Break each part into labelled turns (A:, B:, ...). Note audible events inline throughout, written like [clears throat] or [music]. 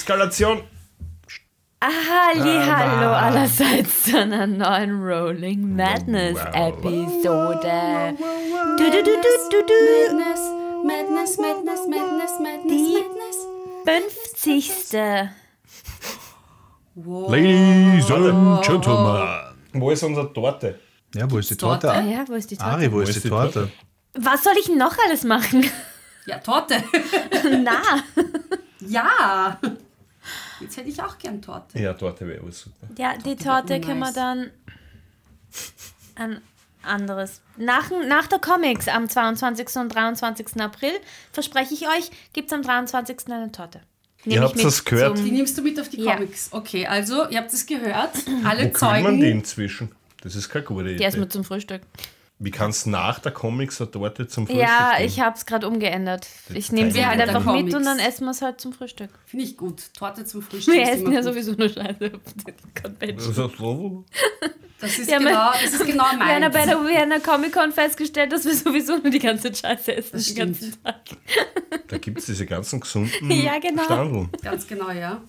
A: Eskalation.
B: Halli, hallo allerseits zu einer neuen Rolling Madness Episode. Du, du, du, du, du, du.
C: Madness, Madness, Madness, Madness, Madness,
B: Die-
C: Madness.
B: 50.
A: Oh.
D: Ladies and Gentlemen.
A: Wo ist unsere Torte?
D: Ja, wo ist die
C: Torte?
D: Torte?
B: Ah ja, wo ist die Torte?
D: Ari, wo ist die Torte?
B: Was soll ich noch alles machen?
C: Ja, Torte.
B: [laughs] Na,
C: ja. [laughs] Jetzt hätte ich auch gern Torte.
A: Ja, Torte wäre auch super.
B: ja, die Torte
C: wird
B: können wir
C: nice.
B: dann ein anderes. Nach, nach der Comics am 22. und 23. April, verspreche ich euch, gibt es am 23. eine Torte. Nehme
A: Ihr
B: ich
A: habt
B: mit
A: das gehört?
B: zum-
C: Die nimmst du mit auf die
B: Ja.
C: Comics. Okay, also, ihr habt es gehört. Alle
A: Wo kriegt man die
C: Zeugen.
A: inzwischen? Das ist keine gute
B: Die erstmal
A: Idee.
B: zum Frühstück.
A: Wie kannst du nach der Comics eine Torte zum Frühstück
B: Ja,
A: nehmen?
B: ich habe es gerade umgeändert. Ich
A: Das
B: nehme sie
A: zeigen
B: halt
A: wir
B: einfach
C: dann.
B: mit und dann
C: Comics.
B: essen wir es halt zum Frühstück.
C: Finde ich gut. Torte zum Frühstück.
B: Wir
C: ist
B: essen
C: immer
B: ja
C: gut.
B: sowieso nur Scheiße [laughs] auf den Convention.
A: So,
C: Das ist
B: Ja, man-
C: genau, das ist genau
B: Wir haben [laughs] ja
C: meins.
B: bei der Vienna Comic Con festgestellt, dass wir sowieso nur die ganze Zeit Scheiße essen.
C: Das
B: den ganzen Tag.
A: da gibt es diese ganzen gesunden
B: [laughs] Ja, genau.
A: Standeln.
C: Ganz genau, ja.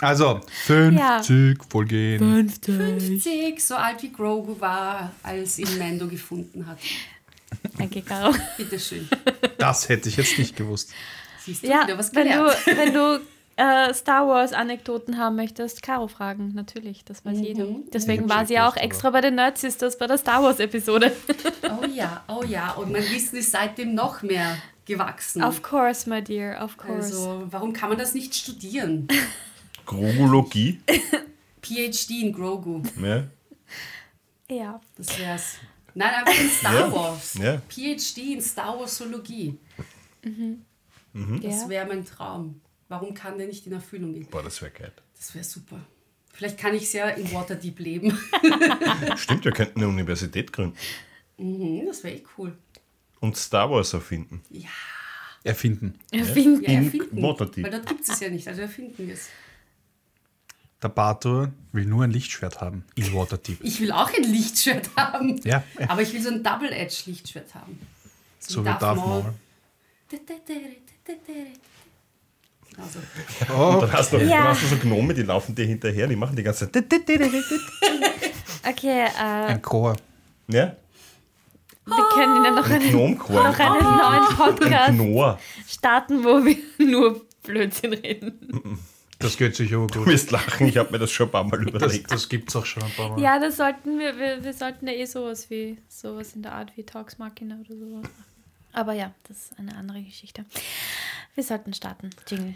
D: Also, 50 Folgen.
B: 50.
C: 50, so alt wie Grogu war, als ihn Mando gefunden hat.
B: Danke, Caro.
C: Bitteschön.
D: Das hätte ich jetzt nicht gewusst.
C: Siehst du
B: Ja,
C: wieder was
B: wenn du,
C: gelernt.
B: wenn du äh, Star Wars Anekdoten haben möchtest, Caro fragen, natürlich, das weiß jeder. Deswegen war sie ja auch extra bei den Nerd Sisters bei der Star Wars Episode.
C: Oh ja, oh ja. Und mein Wissen ist seitdem noch mehr gewachsen.
B: Of course, my dear, of course.
C: also, warum kann man das nicht studieren?
A: Grogologie.
C: PhD in Grogu.
A: Ja.
B: Ja.
C: Das wär's. Nein, einfach in Star
A: Ja,
C: Wars.
A: ja.
C: PhD in Star Warsologie. Das
A: Hm?
B: ja.
C: wäre mein Traum. Warum kann der nicht in Erfüllung gehen?
A: Boah, das wäre geil.
C: Das wäre super. Vielleicht kann ich sehr in Waterdeep leben. [laughs]
A: Stimmt, wir könnten eine Universität gründen
C: Mhm, das wäre eh cool.
A: und Star Wars erfinden.
D: Erfinden.
B: Erfinden.
C: Ja,
A: In
C: erfinden.
A: Waterdeep.
C: Weil dort gibt es ja nicht, also erfinden wir es.
D: Der Bator will nur ein Lichtschwert haben. In Waterdeep.
C: Ich will auch ein Lichtschwert [laughs] haben.
D: Ja, ja.
C: Aber ich will so ein Double-Edge-Lichtschwert haben.
D: So wie Darth Maul.
C: Also,
A: Und dann hast du,
B: Ja.
A: dann hast du so Gnome, die laufen dir hinterher, die machen die ganze Zeit.
B: Okay, äh,
D: Ein Chor.
A: Ja?
B: wir können Ihnen noch einen, noch
A: Gnomchor.
B: einen neuen [laughs] Podcast
A: Gnoa.
B: starten, wo wir [laughs] nur Blödsinn reden.
D: Das geht sicher
A: [laughs]
D: aber [laughs]
A: Du
D: gut.
A: wirst lachen, ich habe mir das schon ein paar Mal
D: Das,
A: überlegt.
D: das gibt's auch schon ein paar Mal.
B: Ja, das sollten wir, wir, wir sollten ja eh sowas wie, sowas in der Art wie Talks Machina oder sowas machen. Aber ja, das ist eine andere Geschichte. Wir sollten starten. Jingle.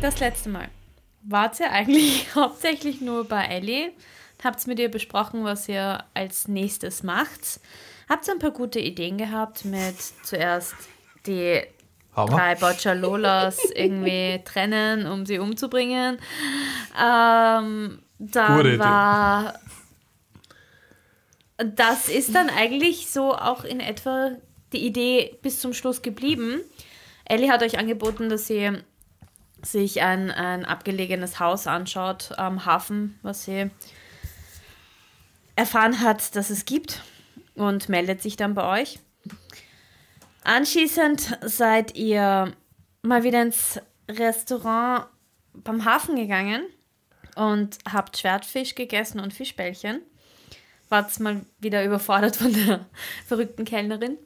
B: Das letzte Mal wart ihr eigentlich [laughs] hauptsächlich nur bei Ellie. Habt mit ihr besprochen, was ihr als nächstes macht. Habt ein paar gute Ideen gehabt mit zuerst die
D: Hammer.
B: drei Boccialolas irgendwie trennen, um sie umzubringen. Ähm, dann
D: Gute Idee.
B: war... Das ist dann eigentlich so auch in etwa die Idee bis zum Schluss geblieben. Ellie hat euch angeboten, dass sie sich ein, ein abgelegenes Haus anschaut am Hafen, was sie erfahren hat, dass es gibt und meldet sich dann bei euch. Anschließend seid ihr mal wieder ins Restaurant beim Hafen gegangen und habt Schwertfisch gegessen und Fischbällchen. Wart mal wieder überfordert von der [laughs] verrückten Kellnerin.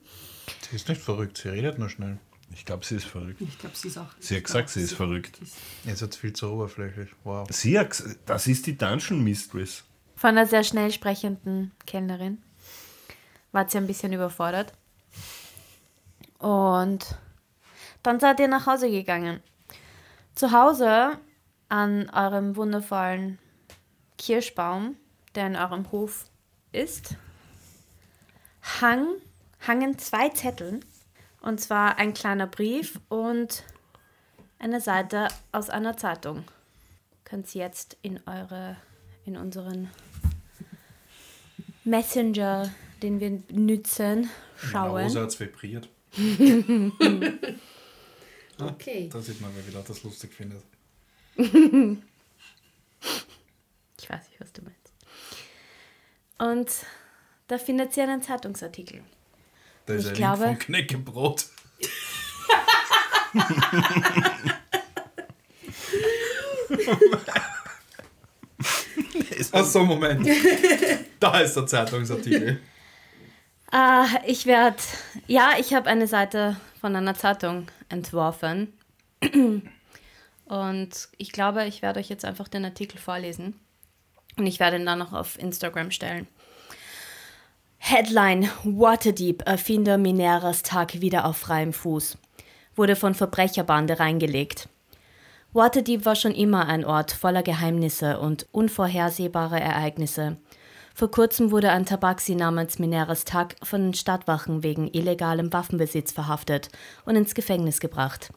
D: Sie ist nicht verrückt, sie redet nur schnell.
A: Ich glaube, sie ist verrückt.
C: ich glaube, sie ist auch.
A: Sie hat gesagt, sie ist verrückt.
D: Jetzt wird viel zu oberflächlich. Wow.
A: Sie hat ges- das ist die Dungeon Mistress.
B: Von einer sehr schnell sprechenden Kellnerin. War sie ein bisschen überfordert. Und dann seid ihr nach Hause gegangen. Zu Hause an eurem wundervollen Kirschbaum, der in eurem Hof ist, hang, hangen zwei Zetteln. Und zwar ein kleiner Brief und eine Seite aus einer Zeitung. Könnt ihr jetzt in eure, in unseren Messenger, den wir benutzen, schauen.
D: hat es Genau, vibriert.
C: Okay.
D: sieht man, wer wieder das lustig findet.
E: Ich weiß nicht, was du meinst. Und da findet sie einen Zeitungsartikel.
D: Da
E: Ich glaube-
D: Knäckebrot.
B: [laughs]
D: Achso, Moment. Da ist der Zeitungsartikel.
E: Ah, ich werde. Ja, ich habe eine Seite von einer Zeitung entworfen. Und ich glaube, ich werde euch jetzt einfach den Artikel vorlesen. Und ich werde ihn dann noch auf Instagram stellen. Headline: Waterdeep, Erfinder Mineras Tag wieder auf freiem Fuß. Wurde von Verbrecherbande reingelegt. Waterdeep war schon immer ein Ort voller Geheimnisse und unvorhersehbarer Ereignisse. Vor kurzem wurde ein Tabaxi namens Mineras Tag von den Stadtwachen wegen illegalem Waffenbesitz verhaftet und ins Gefängnis gebracht.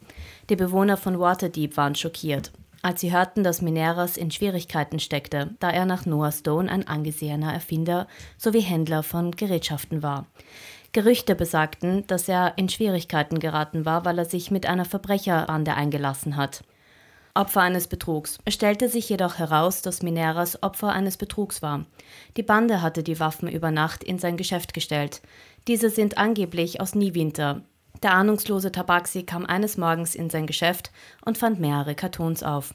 E: Die Bewohner von Waterdeep waren schockiert, als sie hörten, dass Mineras in Schwierigkeiten steckte, da er nach Noah Stone ein angesehener Erfinder sowie Händler von Gerätschaften war. Gerüchte besagten, dass er in Schwierigkeiten geraten war, weil er sich mit einer Verbrecherbande eingelassen hat. Opfer eines Betrugs. Es stellte sich jedoch heraus, dass Mineras Opfer eines Betrugs war. Die Bande hatte die Waffen über Nacht in sein Geschäft gestellt. Diese sind angeblich aus Niewinter. Der ahnungslose Tabaxi kam eines Morgens in sein Geschäft und fand mehrere Kartons auf.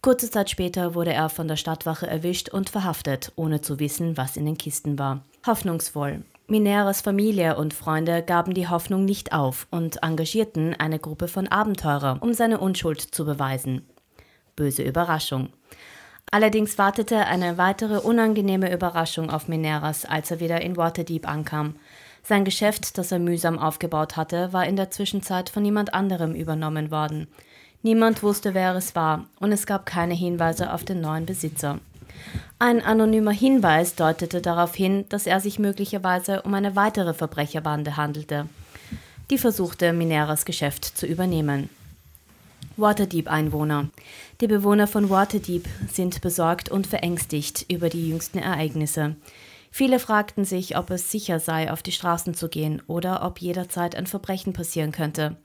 E: Kurze Zeit später wurde er von der Stadtwache erwischt und verhaftet, ohne zu wissen, was in den Kisten war. Hoffnungsvoll. Mineras Familie und Freunde gaben die Hoffnung nicht auf und engagierten eine Gruppe von Abenteurer, um seine Unschuld zu beweisen. Böse Überraschung. Allerdings wartete eine weitere unangenehme Überraschung auf Mineras, als er wieder in Waterdeep ankam. Sein Geschäft, das er mühsam aufgebaut hatte, war in der Zwischenzeit von niemand anderem übernommen worden. Niemand wusste, wer es war, und es gab keine Hinweise auf den neuen Besitzer. Ein anonymer Hinweis deutete darauf hin, dass er sich möglicherweise um eine weitere Verbrecherbande handelte, die versuchte, Mineras Geschäft zu übernehmen. Waterdeep-Einwohner. Die Bewohner von Waterdeep sind besorgt und verängstigt über die jüngsten Ereignisse. Viele fragten sich, ob es sicher sei, auf die Straßen zu gehen oder ob jederzeit ein Verbrechen passieren könnte.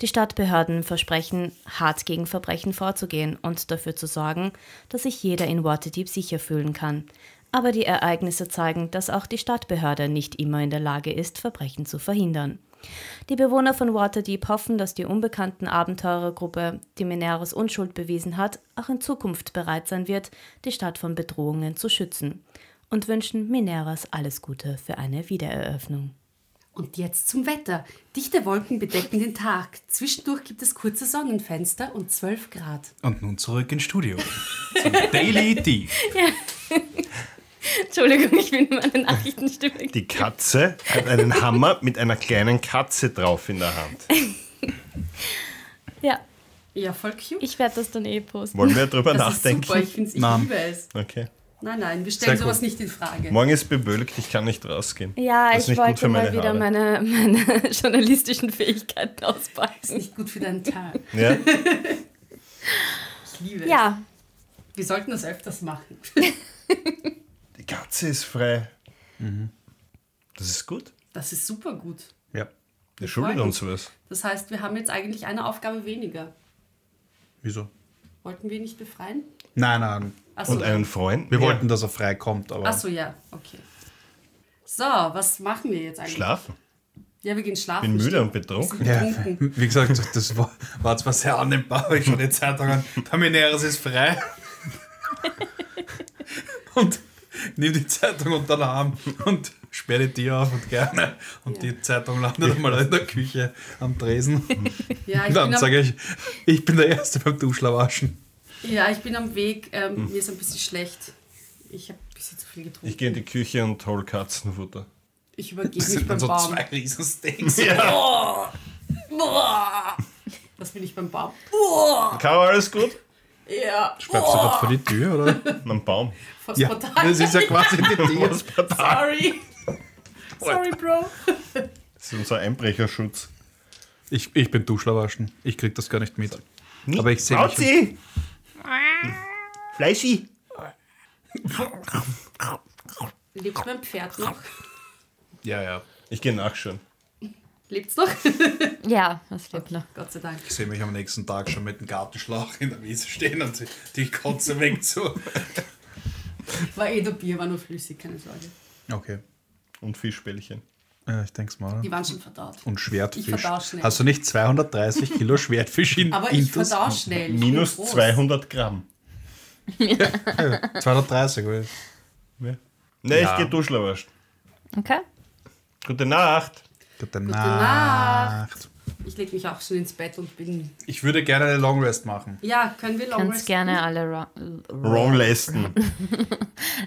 E: Die Stadtbehörden versprechen, hart gegen Verbrechen vorzugehen und dafür zu sorgen, dass sich jeder in Waterdeep sicher fühlen kann. Aber die Ereignisse zeigen, dass auch die Stadtbehörde nicht immer in der Lage ist, Verbrechen zu verhindern. Die Bewohner von Waterdeep hoffen, dass die unbekannten Abenteurergruppe, die Mineras Unschuld bewiesen hat, auch in Zukunft bereit sein wird, die Stadt von Bedrohungen zu schützen und wünschen Mineras alles Gute für eine Wiedereröffnung.
C: Und jetzt zum Wetter. Dichte Wolken bedecken den Tag. Zwischendurch gibt es kurze Sonnenfenster und 12 [laughs] Grad.
D: Und nun zurück ins Studio. Zum Daily Deep.
E: Entschuldigung, ich bin in meine Nachrichtenstimme.
A: Die Katze hat einen Hammer mit einer kleinen Katze drauf in der Hand.
E: Ja,
C: Ja, voll cute.
E: ich werde das dann eh posten.
A: Wollen wir drüber
C: das
A: nachdenken?
C: ist super, ich, find's, ich
D: Nein.
C: liebe es.
A: Okay.
C: Nein, nein, wir stellen
D: Sehr
C: sowas
D: gut.
C: nicht in Frage.
A: Morgen ist bewölkt, ich kann nicht rausgehen.
E: Ja,
A: Das ist
E: ich
A: nicht gut
E: wollte
A: für meine
E: mal wieder
A: Haare.
E: meine, meine [laughs] journalistischen Fähigkeiten ausweisen.
C: Nicht gut für deinen Tag.
A: Ja?
C: Ich liebe
E: Ja,
C: es. Wir sollten das öfters [laughs] machen.
A: Die Katze ist frei. Mhm. Das ist gut.
C: Das ist super gut.
D: Ja.
A: Wir schulden
C: Freut
A: uns was.
C: Das heißt, wir haben jetzt eigentlich eine Aufgabe weniger.
D: Wieso?
C: Wollten wir nicht befreien?
D: Nein, nein.
C: Achso,
A: Und einen Freund.
D: Wir
A: mehr.
D: wollten, dass er frei kommt, aber.
C: Achso ja, okay. So, was machen wir jetzt eigentlich?
A: schlafen.
C: Ja, wir gehen schlafen.
A: Bin müde
C: stimmt.
A: und betrunken.
D: Ja,
C: Getrunken.
D: wie gesagt, das war, war zwar sehr annehmbar, aber ich schon die Zeitung an. Der Mineris ist frei. Und nimm die Zeitung unter den Arm und sperr die Tür auf und gerne. Und
C: Ja.
D: die Zeitung landet einmal in der Küche am Tresen.
C: Ja, ich
D: Dann
C: bin am-
D: sage ich, ich bin der Erste beim Duschlerwaschen.
C: Ja, ich bin am Weg. Ähm,
D: Hm.
C: Mir ist ein bisschen schlecht. Ich habe ein bisschen zu viel getrunken.
A: Ich gehe in die Küche und hol Katzenfutter.
C: Ich, übergebe
D: [laughs] Das
C: mich
D: sind
C: beim
D: dann so
C: Baum.
D: zwei Riesensteaks.
C: Boah! Was bin ich beim Baum?
A: Caro, alles gut?
C: Ja,
D: Bleibst du gerade vor die Tür, oder?
A: Mein Baum. [laughs]
C: vor das
D: Ja,
C: Portal.
D: das
C: [laughs]
D: ist ja quasi die Tür.
C: Sorry. Sorry, Bro.
A: Das ist unser Einbrecherschutz.
D: Ich, ich bin Duschlerwaschen. Ich krieg das gar nicht mit. Aber ich sehe mich. schon-
A: Schnauzi! Fleischi!
C: Lebt mein Pferd noch?
D: Ja, ja.
A: Ich gehe nachschauen.
C: Lebt's noch? [laughs]
B: Ja, das lebt noch.
C: Gott sei Dank.
D: Ich sehe mich am nächsten Tag schon mit dem Gartenschlauch in der Wiese stehen und die- die Kotze weg zu.
C: War eh der Bier, war nur flüssig, keine Sorge.
D: Okay.
A: Und Fischbällchen.
D: Ja, ich denke es mal.
C: Die waren schon verdaut.
D: Und
C: Ich
D: Schwertfisch.
C: verdau schnell.
D: Hast du nicht 230 Kilo Schwertfisch in
C: Aber ich
D: Intus?
C: verdau schnell. ich bin
A: Minus
C: groß.
A: 200 Gramm.
D: Ja, 230, oder?
A: Ja. Ne,
D: Ja.
A: ich gehe duschen aber erst.
B: Okay.
A: Gute Nacht.
D: Gute
C: Nacht.
D: Nacht.
C: Ich leg mich auch schon ins Bett und bin.
D: Ich würde gerne eine Long Rest machen.
C: Ja, können wir Long
B: Ganz
C: Rest?
B: gerne alle ra- l-
A: Wrong Lasten.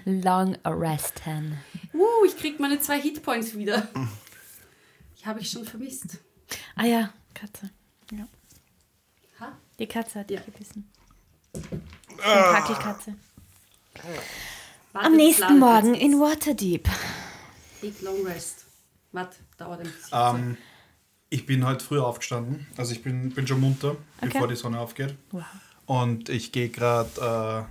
B: long arresten.
C: Uh, ich krieg meine zwei Hitpoints wieder. Die habe ich schon vermisst.
B: Ah ja, Katze. Ja.
C: Ha?
B: Die Katze hat dich
C: Ja.
B: gebissen.
A: Ah.
B: Die Fackelkatze.
C: Warte,
B: Am
C: das
B: nächsten
C: landet
B: Morgen
C: jetzt.
B: in Waterdeep.
C: Big Long Rest. Warte, dauert ein bisschen.
D: Ähm, ich bin heute früh aufgestanden. Also ich bin, bin schon munter, bevor die Sonne aufgeht.
B: Wow.
D: Und ich gehe gerade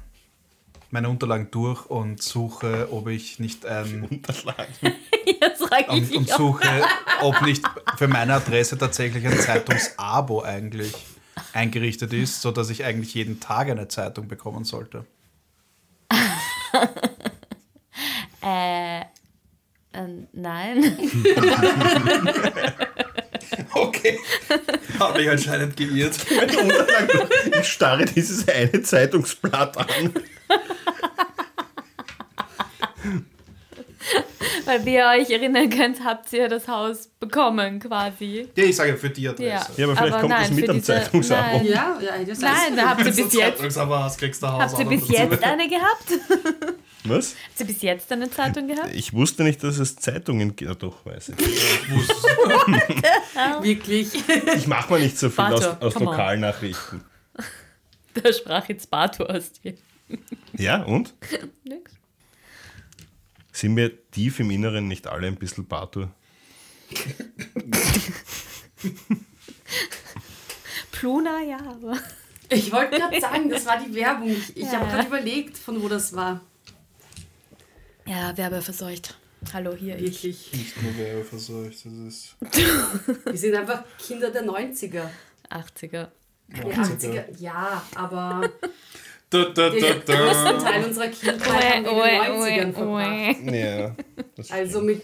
D: äh, meine Unterlagen durch und suche, ob ich nicht ein...
B: Jetzt frage [laughs] ich
D: Und, und
B: dich auch.
D: suche, ob nicht für meine Adresse tatsächlich ein Zeitungsabo eigentlich eingerichtet ist, sodass ich eigentlich jeden Tag eine Zeitung bekommen sollte.
B: Äh, äh, nein.
D: [laughs] Okay. Habe mich anscheinend geirrt.
A: Ich starre dieses eine Zeitungsblatt an.
B: [laughs] Weil wir euch erinnern könnt, habt ihr das Haus bekommen quasi.
D: Ja, ich sage für die Adresse.
A: Ja, aber vielleicht
B: Aber
A: kommt
B: nein,
A: das mit
B: für
A: am
B: diese-
A: Zeitungsabo.
B: nein.
C: Ja, ja, das ist
B: Nein, da habt ihr bis jetzt,
D: Aber hast, kriegst du ein Haus
B: habt ihr
D: auch
B: bis
D: noch dazu.
B: jetzt eine gehabt? Habt
A: Was?
B: ihr bis jetzt eine Zeitung gehabt?
A: Ich wusste nicht, dass es Zeitungen gibt. Ja, Doch, weiß ich.
C: Wirklich. [laughs]
A: Ich mache mal nicht so viel aus,
B: Warte,
A: aus
B: come on.
A: Lokalnachrichten.
B: Da sprach jetzt Bartu aus dir.
A: Ja, und?
B: Nix.
A: Sind wir tief im Inneren nicht alle ein bisschen Bartur?
B: Pluna, ja, aber.
C: Ich wollte gerade sagen, das war die Werbung. Ich, ich habe
B: Ja.
C: gerade überlegt, von wo das war.
B: Ja, werbeverseucht. Hallo, hier ich.
C: Wirklich.
D: Nicht nur Werbe versorgt, das ist.
C: Wir sind einfach Kinder der 90er.
B: 80er.
C: Der 80er. Ja, aber
D: Da, da, da,
C: den größten
D: da.
C: Teil unserer Kindheit haben wir in den 90ern verbracht.
A: Ja.
B: [laughs]
C: Also mit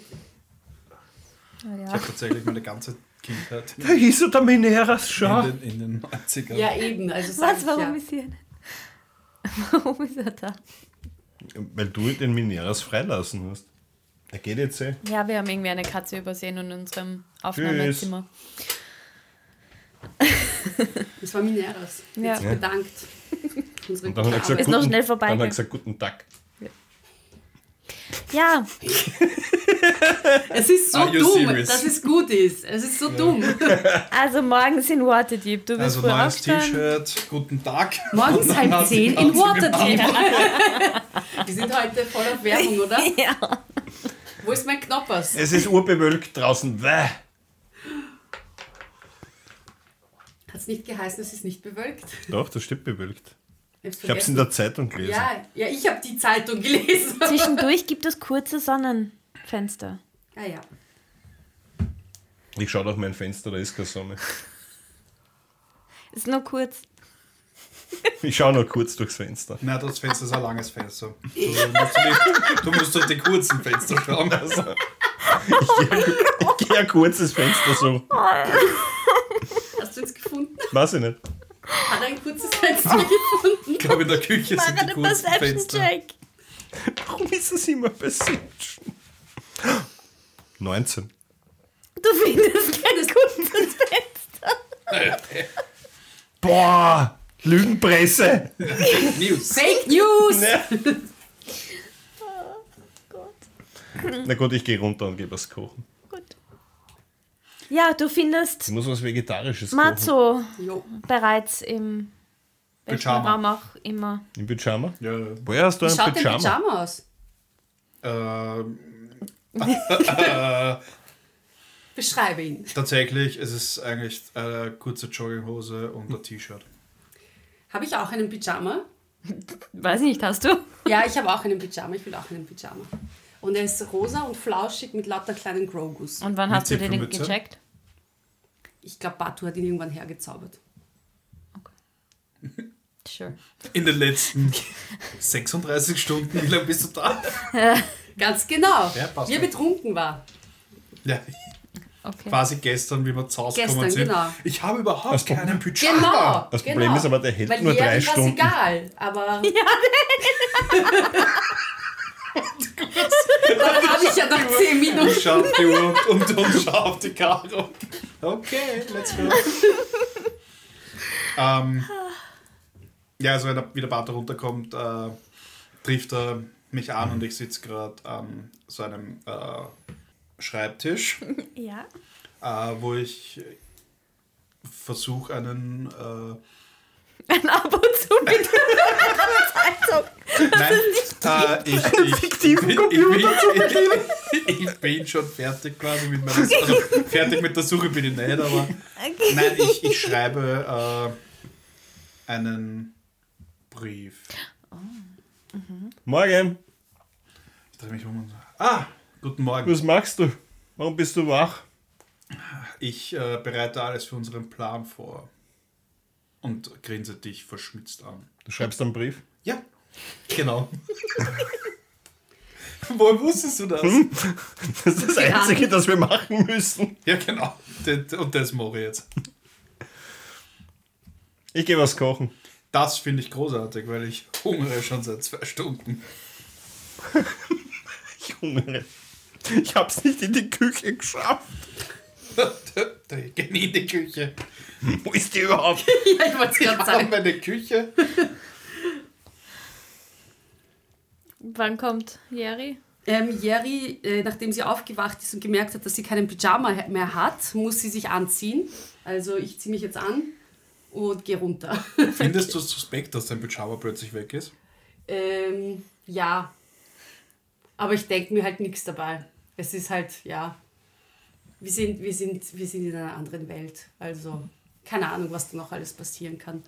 D: Ich habe tatsächlich meine ganze Kindheit
A: Da hieß er der Mineras
D: in
A: Schar.
D: den, in den 90ern.
C: Ja, eben. Also sag
B: Was,
C: ich
B: warum
C: ja.
B: ist hier? [laughs] Warum ist er da?
A: Weil du den Mineras freilassen hast. Der geht jetzt eh.
B: Ja, wir haben irgendwie eine Katze übersehen in unserem Aufnahmezimmer.
A: Aufnahmezimmer.
C: Das war Mineras.
B: Ja.
C: Jetzt bedankt. Unsere
A: Und dann hat er
C: gute
A: gesagt,
B: Ist noch
A: guten-
B: schnell vorbei,
A: Dann hat
B: gell?
A: er gesagt, guten Tag.
B: Ja,
C: Arbeit. Es ist so
D: Are you
C: dumm,
D: serious?
C: dass es gut ist. Es ist so dumm.
B: also morgens in Waterdeep. Du bist
D: Also
B: früh
D: neues
B: aufgestanden.
D: T-Shirt, guten Tag.
C: Morgens halb
D: hat die
C: zehn in
D: Katze
C: Waterdeep. [laughs] Wir sind heute voll auf Werbung, oder?
B: Ja.
C: Wo ist mein Knoppers?
A: Es ist urbewölkt draußen. Wäh.
C: Hat es nicht geheißen, es ist nicht bewölkt?
A: Doch, das stimmt bewölkt.
C: hab's
A: Ich habe es in der Zeitung gelesen.
C: ja, ja, ich habe die Zeitung gelesen.
B: Zwischendurch gibt es kurze Sonnenfenster.
C: Ah [laughs] ja.
A: Ich schaue durch mein Fenster, da ist keine Sonne.
B: Ist nur kurz.
A: Ich schaue nur kurz durchs Fenster. [laughs]
D: Nein, das Fenster ist ein langes Fenster. Du musst, nicht, du musst durch die kurzen Fenster schauen. Also,
A: Ich gehe ein kurzes Fenster so.
C: Hast du es gefunden?
A: Weiß ich nicht.
C: Hat er ein kurzes Fenster gefunden?
D: ich glaube, in der Küche sind die kurzen Fenster.
B: Check.
A: Warum ist es immer besiegt? 19.
B: Du findest kein kurzes Fenster.
A: Boah! Lügenpresse!
D: News.
C: Fake News!
B: [laughs] Oh
A: Na gut, ich gehe runter und gebe was kochen.
B: Ja, du
A: Ich
B: findest
A: muss was Vegetarisches kochen.
B: Matzo
C: Jo.
B: bereits im welchem
D: Pyjama.
B: Raum auch immer.
A: Im Pyjama?
D: Ja, ja.
A: Woher hast du
C: Wie
A: ein
C: schaut
A: Pyjama?
C: dein Pyjama aus?
D: Ähm,
C: Beschreibe ihn.
D: tatsächlich, es ist eigentlich eine kurze Jogginghose und ein T-Shirt.
C: Habe ich auch einen Pyjama?
B: Weiß nicht, hast du?
C: Ja, ich habe auch einen Pyjama. Ich will auch einen Pyjama. Und er ist rosa und flauschig mit lauter kleinen Grogus.
B: Und wann
D: Mit
B: hast du den
D: Zipfelmütze?
B: gecheckt?
C: Ich glaube, Batu hat ihn irgendwann hergezaubert.
B: Sure.
D: In den letzten 36 Stunden, wie lange bist du da?
C: Ganz genau.
D: Ja, passt
C: wie er
D: schon.
C: betrunken war.
D: Ja,
B: Okay.
D: quasi gestern, wie wir zu Hause
C: Gestern,
D: gekommen sind.
C: genau.
D: Ich habe überhaupt keinen Budget.
C: Genau.
A: Ah, Das
C: genau.
A: Problem ist aber, der hält
C: Weil
A: nur
C: Jerry
A: drei
C: war's
A: Stunden.
C: egal, aber [laughs]
D: Dann
C: dann habe ich ja noch 10 Minuten.
D: Schau auf die Uhr und, und, und schau auf die Karo. Okay, let's
C: [laughs]
D: go. ähm, ja, also wenn der, wie der Bart runterkommt, äh, trifft er mich an und ich sitze gerade an so einem äh,
C: [laughs]
D: Schreibtisch, äh,
B: Ja.
D: wo ich versuche, einen... Äh,
B: Ein [laughs] Ab und zu mit der Zeitung.
D: Nein, da ich, ich,
A: fiktiven
D: ich, ich, ich, [laughs] ich bin schon fertig quasi mit meiner Suche. Also fertig mit der Suche bin ich nicht, aber
B: Okay.
D: nein, ich, ich schreibe äh, einen Brief.
A: Morgen,
D: Ich drehe mich um und sage, ah, guten Morgen.
A: was machst du? Warum bist du wach?
D: Ich äh, bereite alles für unseren Plan vor. Und grinse dich verschmitzt an.
A: Du schreibst einen Brief.
D: Ja, genau. Woher wusstest du das?
A: Das ist das Einzige, das wir machen müssen.
D: Ja, genau. Und das mache ich jetzt.
A: Ich gehe was kochen.
D: Das finde ich großartig, weil ich hungere schon seit zwei Stunden. [laughs]
A: Ich hungere. Ich hab's nicht in die Küche geschafft.
D: Ich gehe nie in die Küche.
A: Wo ist die überhaupt?
C: Ja, ich wollte es gerade
D: An
C: sagen.
D: meine Küche.
B: Wann kommt Jerry?
C: Ähm, Jerry, äh, nachdem sie aufgewacht ist und gemerkt hat, dass sie keinen Pyjama he- mehr hat, muss sie sich anziehen. Also ich ziehe mich jetzt an und gehe runter. [laughs]
D: Findest du es suspekt, dass dein Pyjama plötzlich weg ist?
C: ähm, ja. Aber ich denke mir halt nichts dabei. Es ist halt, ja. Wir sind, wir, sind, wir sind in einer anderen Welt. Also keine Ahnung, was da noch alles passieren kann.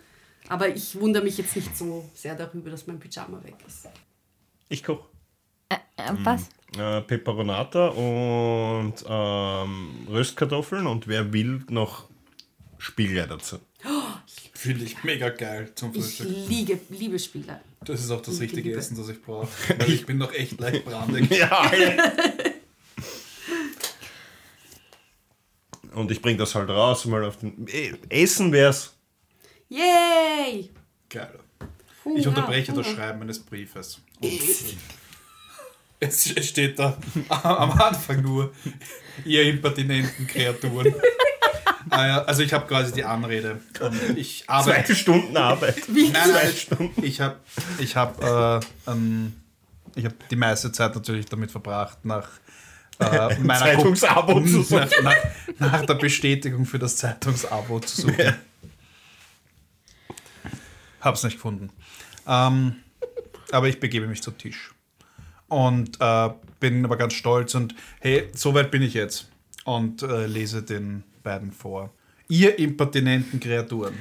C: Aber ich wundere mich jetzt nicht so sehr darüber, dass mein Pyjama weg ist.
A: Ich koche.
B: Äh,
D: Hm.
B: was?
A: Äh, Peperonata und ähm, Röstkartoffeln und wer will noch Spiegelei dazu.
D: Finde ich mega geil zum
C: Ich
D: Frühstück.
C: liege, liebe Spieler.
D: Das ist auch das
C: Ich
D: richtige
C: liebe-
D: Essen, das ich brauche. Weil ich bin noch echt leicht
C: [laughs]
D: brandig.
A: Ja, alle. Und ich bring das halt raus, mal auf den. Eh, Essen wär's.
C: Yay!
D: Geil.
C: Hurra,
D: Ich unterbreche das
C: hurra.
D: Schreiben eines Briefes. Es steht da [laughs] am Anfang nur, ihr
C: [laughs]
D: impertinenten Kreaturen. Ah ja, Also ich habe quasi die Anrede. Ich
A: Zwei
D: arbeite.
A: Stunden [laughs] Arbeit.
D: Nein, nein, ich habe ich hab, äh, ähm, ich hab die meiste Zeit natürlich damit verbracht, nach
A: [laughs]
D: äh, meiner
A: Zeitungsabo
D: Gruppe-
A: zu suchen.
D: [laughs] Nach, nach, nach der Bestätigung für das Zeitungsabo zu suchen. Hab's nicht gefunden. Ähm, aber ich begebe mich zu Tisch. Und äh, bin aber ganz stolz und hey, so weit bin ich jetzt. Und äh, lese den beiden vor. Ihr impertinenten Kreaturen.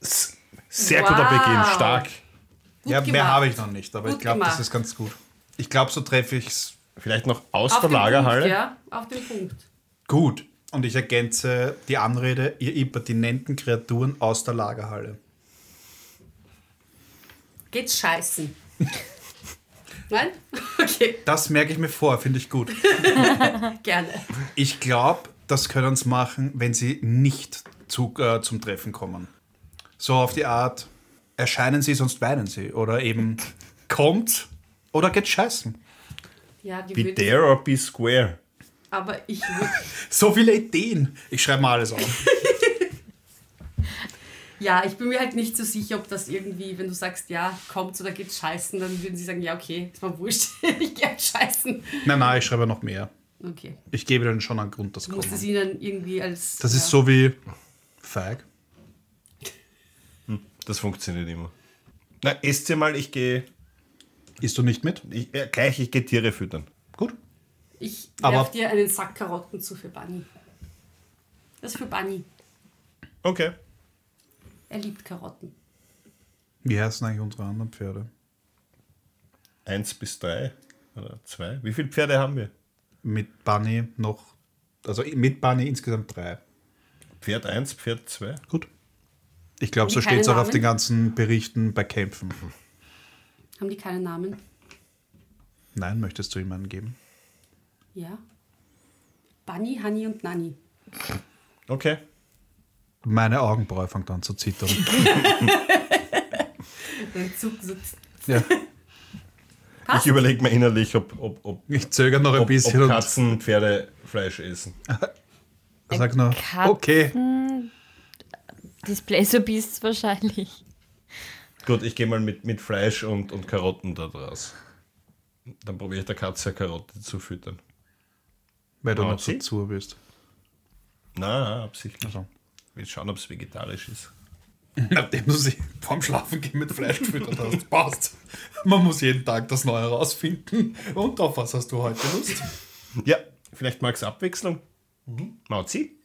A: S- Sehr guter
C: Wow.
A: Beginn, stark.
C: Gut
D: ja, mehr
C: gemacht.
D: habe ich noch nicht, aber ich
C: Gut
D: glaube, das
C: gemacht.
D: ist ganz gut. Ich glaube, so treffe ich es
A: Vielleicht noch aus
C: Auf
A: der
C: den
A: Lagerhalle.
C: Punkt, ja, auf den Punkt.
D: gut. Und ich ergänze die Anrede, ihr impertinenten Kreaturen aus der Lagerhalle.
C: Geht's
D: [laughs]
C: scheißen. Nein? [laughs] Okay,
D: Das merke ich mir vor, finde ich
C: [laughs]
D: gut.
C: gerne.
D: Ich glaube, das können sie machen, wenn sie nicht zu, äh, zum Treffen kommen. So auf die Art, erscheinen sie, sonst weinen sie.
C: [laughs]
D: Oder eben, kommt oder geht scheißen.
C: Ja, die
A: Be
C: würde-
A: there or be square.
C: aber ich würde.
D: So viele Ideen. Ich schreibe mal alles auf.
C: Ja, ich bin mir halt nicht so sicher, ob das irgendwie, wenn du sagst, ja, kommt oder geht scheißen, dann würden sie sagen, ja, okay, ist mal wurscht, [laughs] ich geh halt scheißen.
D: Nein, nein, ich schreibe noch mehr.
C: Okay.
D: Ich gebe denen schon einen Grund, das
C: Du musst es
D: kommen.
C: ihnen irgendwie als.
D: Das
C: ja.
D: ist so wie feig.
A: Das funktioniert immer. Na, esst ihr mal, ich gehe.
D: Isst du nicht mit?
A: Ich, äh, gleich, ich gehe Tiere füttern.
D: Gut.
C: Ich
D: aber-
C: werf dir einen Sack Karotten zu für Bunny. Das ist für Bunny.
A: Okay.
C: Er liebt Karotten.
D: Wie heißen eigentlich unsere anderen Pferde?
A: Eins bis drei oder zwei. Wie viele Pferde haben wir?
D: Mit Bunny noch, also mit Bunny insgesamt drei.
A: Pferd 1, Pferd 2.
D: Gut. Ich glaube, so
C: Haben die keine
D: steht es auch auf
C: Namen?
D: den ganzen Berichten bei Kämpfen.
C: Haben die keinen Namen?
D: Nein, möchtest du jemanden geben?
C: Ja. Bunny, Honey und Nanny.
A: Okay.
D: Meine Augenbraue fängt an zu zittern.
C: [laughs] Dann zuck- so-
D: ja.
A: Ich überlege mir innerlich, ob, ob, ob,
D: Ich zögere noch ein
A: ob,
D: bisschen
A: ob
D: und
A: Katzen Pferdefleisch essen.
D: sag
C: Äh,
D: noch,
B: Katzen-
D: okay.
B: Display so Beasts wahrscheinlich. [laughs]
A: Gut, ich gehe mal mit, mit Fleisch und, und Karotten da draus. Dann probiere ich der Katze eine Karotte zu füttern.
D: Weil du
A: Ah,
D: noch so
A: sie?
D: zu bist.
A: Na, absichtlich.
D: Also.
A: Wir schauen, ob es vegetarisch ist.
D: Nachdem du sie vorm Schlafen gehen mit Fleisch gefüttert hast, passt. Man muss jeden Tag das Neue herausfinden. Und auf was hast du heute Lust?
A: Ja, Mhm. vielleicht mag es Abwechslung. Mauzi?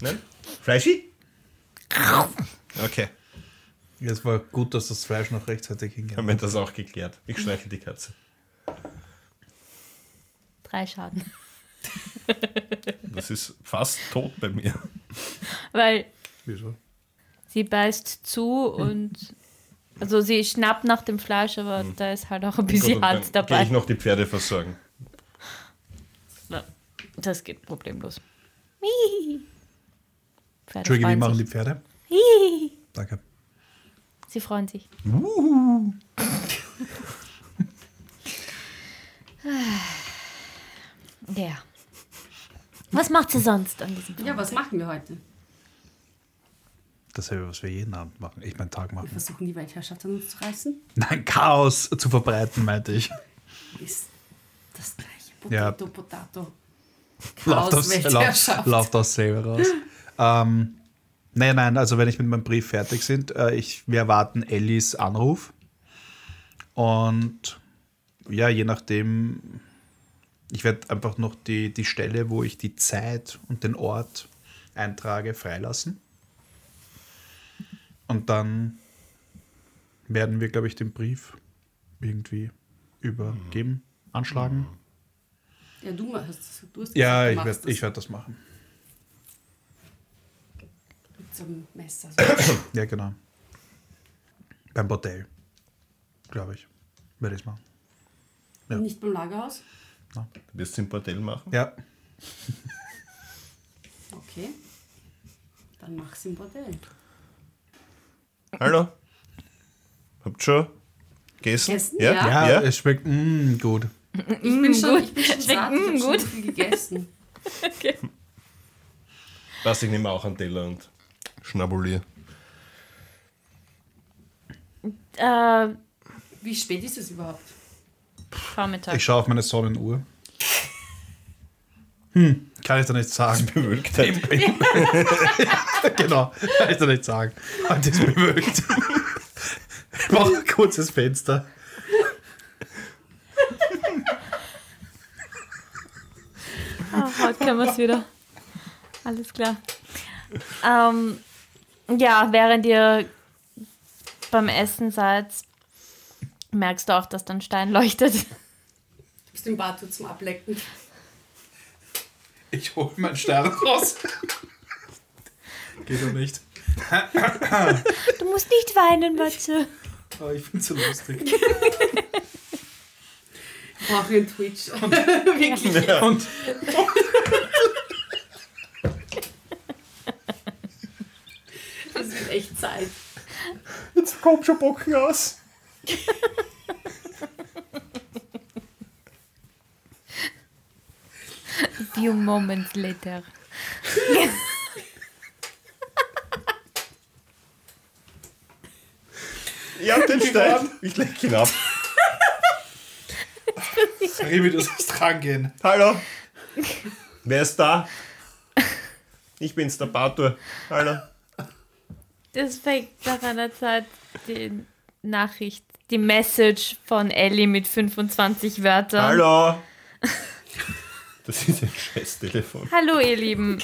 A: Nein? Ne? Fleischi? Okay,
D: Es war gut, dass das Fleisch noch rechtzeitig hingeht.
A: haben wir das auch geklärt. Ich streiche die Katze.
B: Drei Schaden.
A: Das ist fast tot bei mir.
B: Weil
D: Wieso?
B: sie beißt zu
D: Hm.
B: und. Also sie schnappt nach dem Fleisch, aber
D: Hm.
B: da ist halt auch ein bisschen Hand
A: Gehe
B: dabei.
A: ich noch die Pferde versorgen.
B: Na, Das geht problemlos. Pferde
D: Entschuldige, wie
B: freuen
D: machen die
B: sich.
D: Pferde? Danke.
B: Sie freuen sich. ja. Was macht sie sonst an diesem Tag?
C: Ja, was machen wir heute?
D: Dasselbe, was wir jeden Abend machen. Ich meinen Tag
C: Wir [laughs]
D: machen.
C: versuchen die Weltherrschaft an uns zu reißen.
D: Nein, Chaos zu verbreiten, meinte ich.
C: Ist das gleiche.
D: Ja.
C: Potato, Potato.
D: Lauft
C: Chaos,
D: aus,
C: Weltherrschaft.
D: lauf, lauft aus selber raus. [laughs] ähm, nein, nein, also wenn ich mit meinem Brief fertig sind, äh, ich, wir erwarten Ellis Anruf. Und ja, je nachdem, ich werde einfach noch die, die Stelle, wo ich die Zeit und den Ort eintrage, freilassen. Und dann werden wir, glaube ich, den Brief irgendwie übergeben, anschlagen.
C: Ja, du machst das. Du hast gesagt,
D: Ja,
C: du
D: ich
C: machst
D: werde
C: das
D: ich werd das machen.
C: Mit so einem Messer.
D: [clears throat] Ja, genau. Beim Bordell. Glaube ich. Werde ich machen. Ja.
C: Nicht beim Lagerhaus?
A: Du wirst im Bordell machen?
D: Ja.
C: Okay. Dann mach's im Bordell.
A: Hallo? Habt schon gegessen?
C: Gegessen? Ja.
D: Ja,
A: Ja? ja?
D: es schmeckt mm, gut.
C: Ich bin schon, ich bin schon
B: Schmeckt,
C: satt, ich
B: mm,
C: hab schon
B: gut.
C: so viel gegessen.
A: Passt, ich nehme auch einen Teller und schnabuliere.
B: Äh,
C: Wie spät ist es überhaupt?
B: Vormittag.
D: Ich schaue auf meine Sonnenuhr. Hm, kann ich da nichts sagen.
A: Bewölkt halt.
D: [laughs] genau, kann ich da nichts sagen. Heute ist bewölkt. ich brauche ein kurzes Fenster.
B: Ah, heute können wir es wieder. Alles klar. Ähm, ja, während ihr beim Essen seid, merkst du auch, dass dein Stein leuchtet.
C: Du bist im Bad zum Ablecken.
D: Ich hole meinen Stern raus. Geht doch nicht.
B: Du musst nicht weinen, Matze.
D: Aber ich bin zu lustig.
C: Ich brauche einen Twitch. [laughs] Wirklich.
D: Und
C: Das wird echt Zeit.
D: jetzt kommt schon Bocken raus.
B: Few moments later.
A: Ich hab [laughs] den Stein. Ich leg ihn ab.
D: Remi, du sollst rangehen.
A: Hallo. [laughs] Wer ist da? Ich bin's, der Bartur. Hallo.
B: Das fängt nach einer Zeit die Nachricht, die Message von Ellie mit 25 Wörtern.
A: Hallo. Das ist ein scheiß Telefon.
B: Hallo, ihr [laughs] Lieben.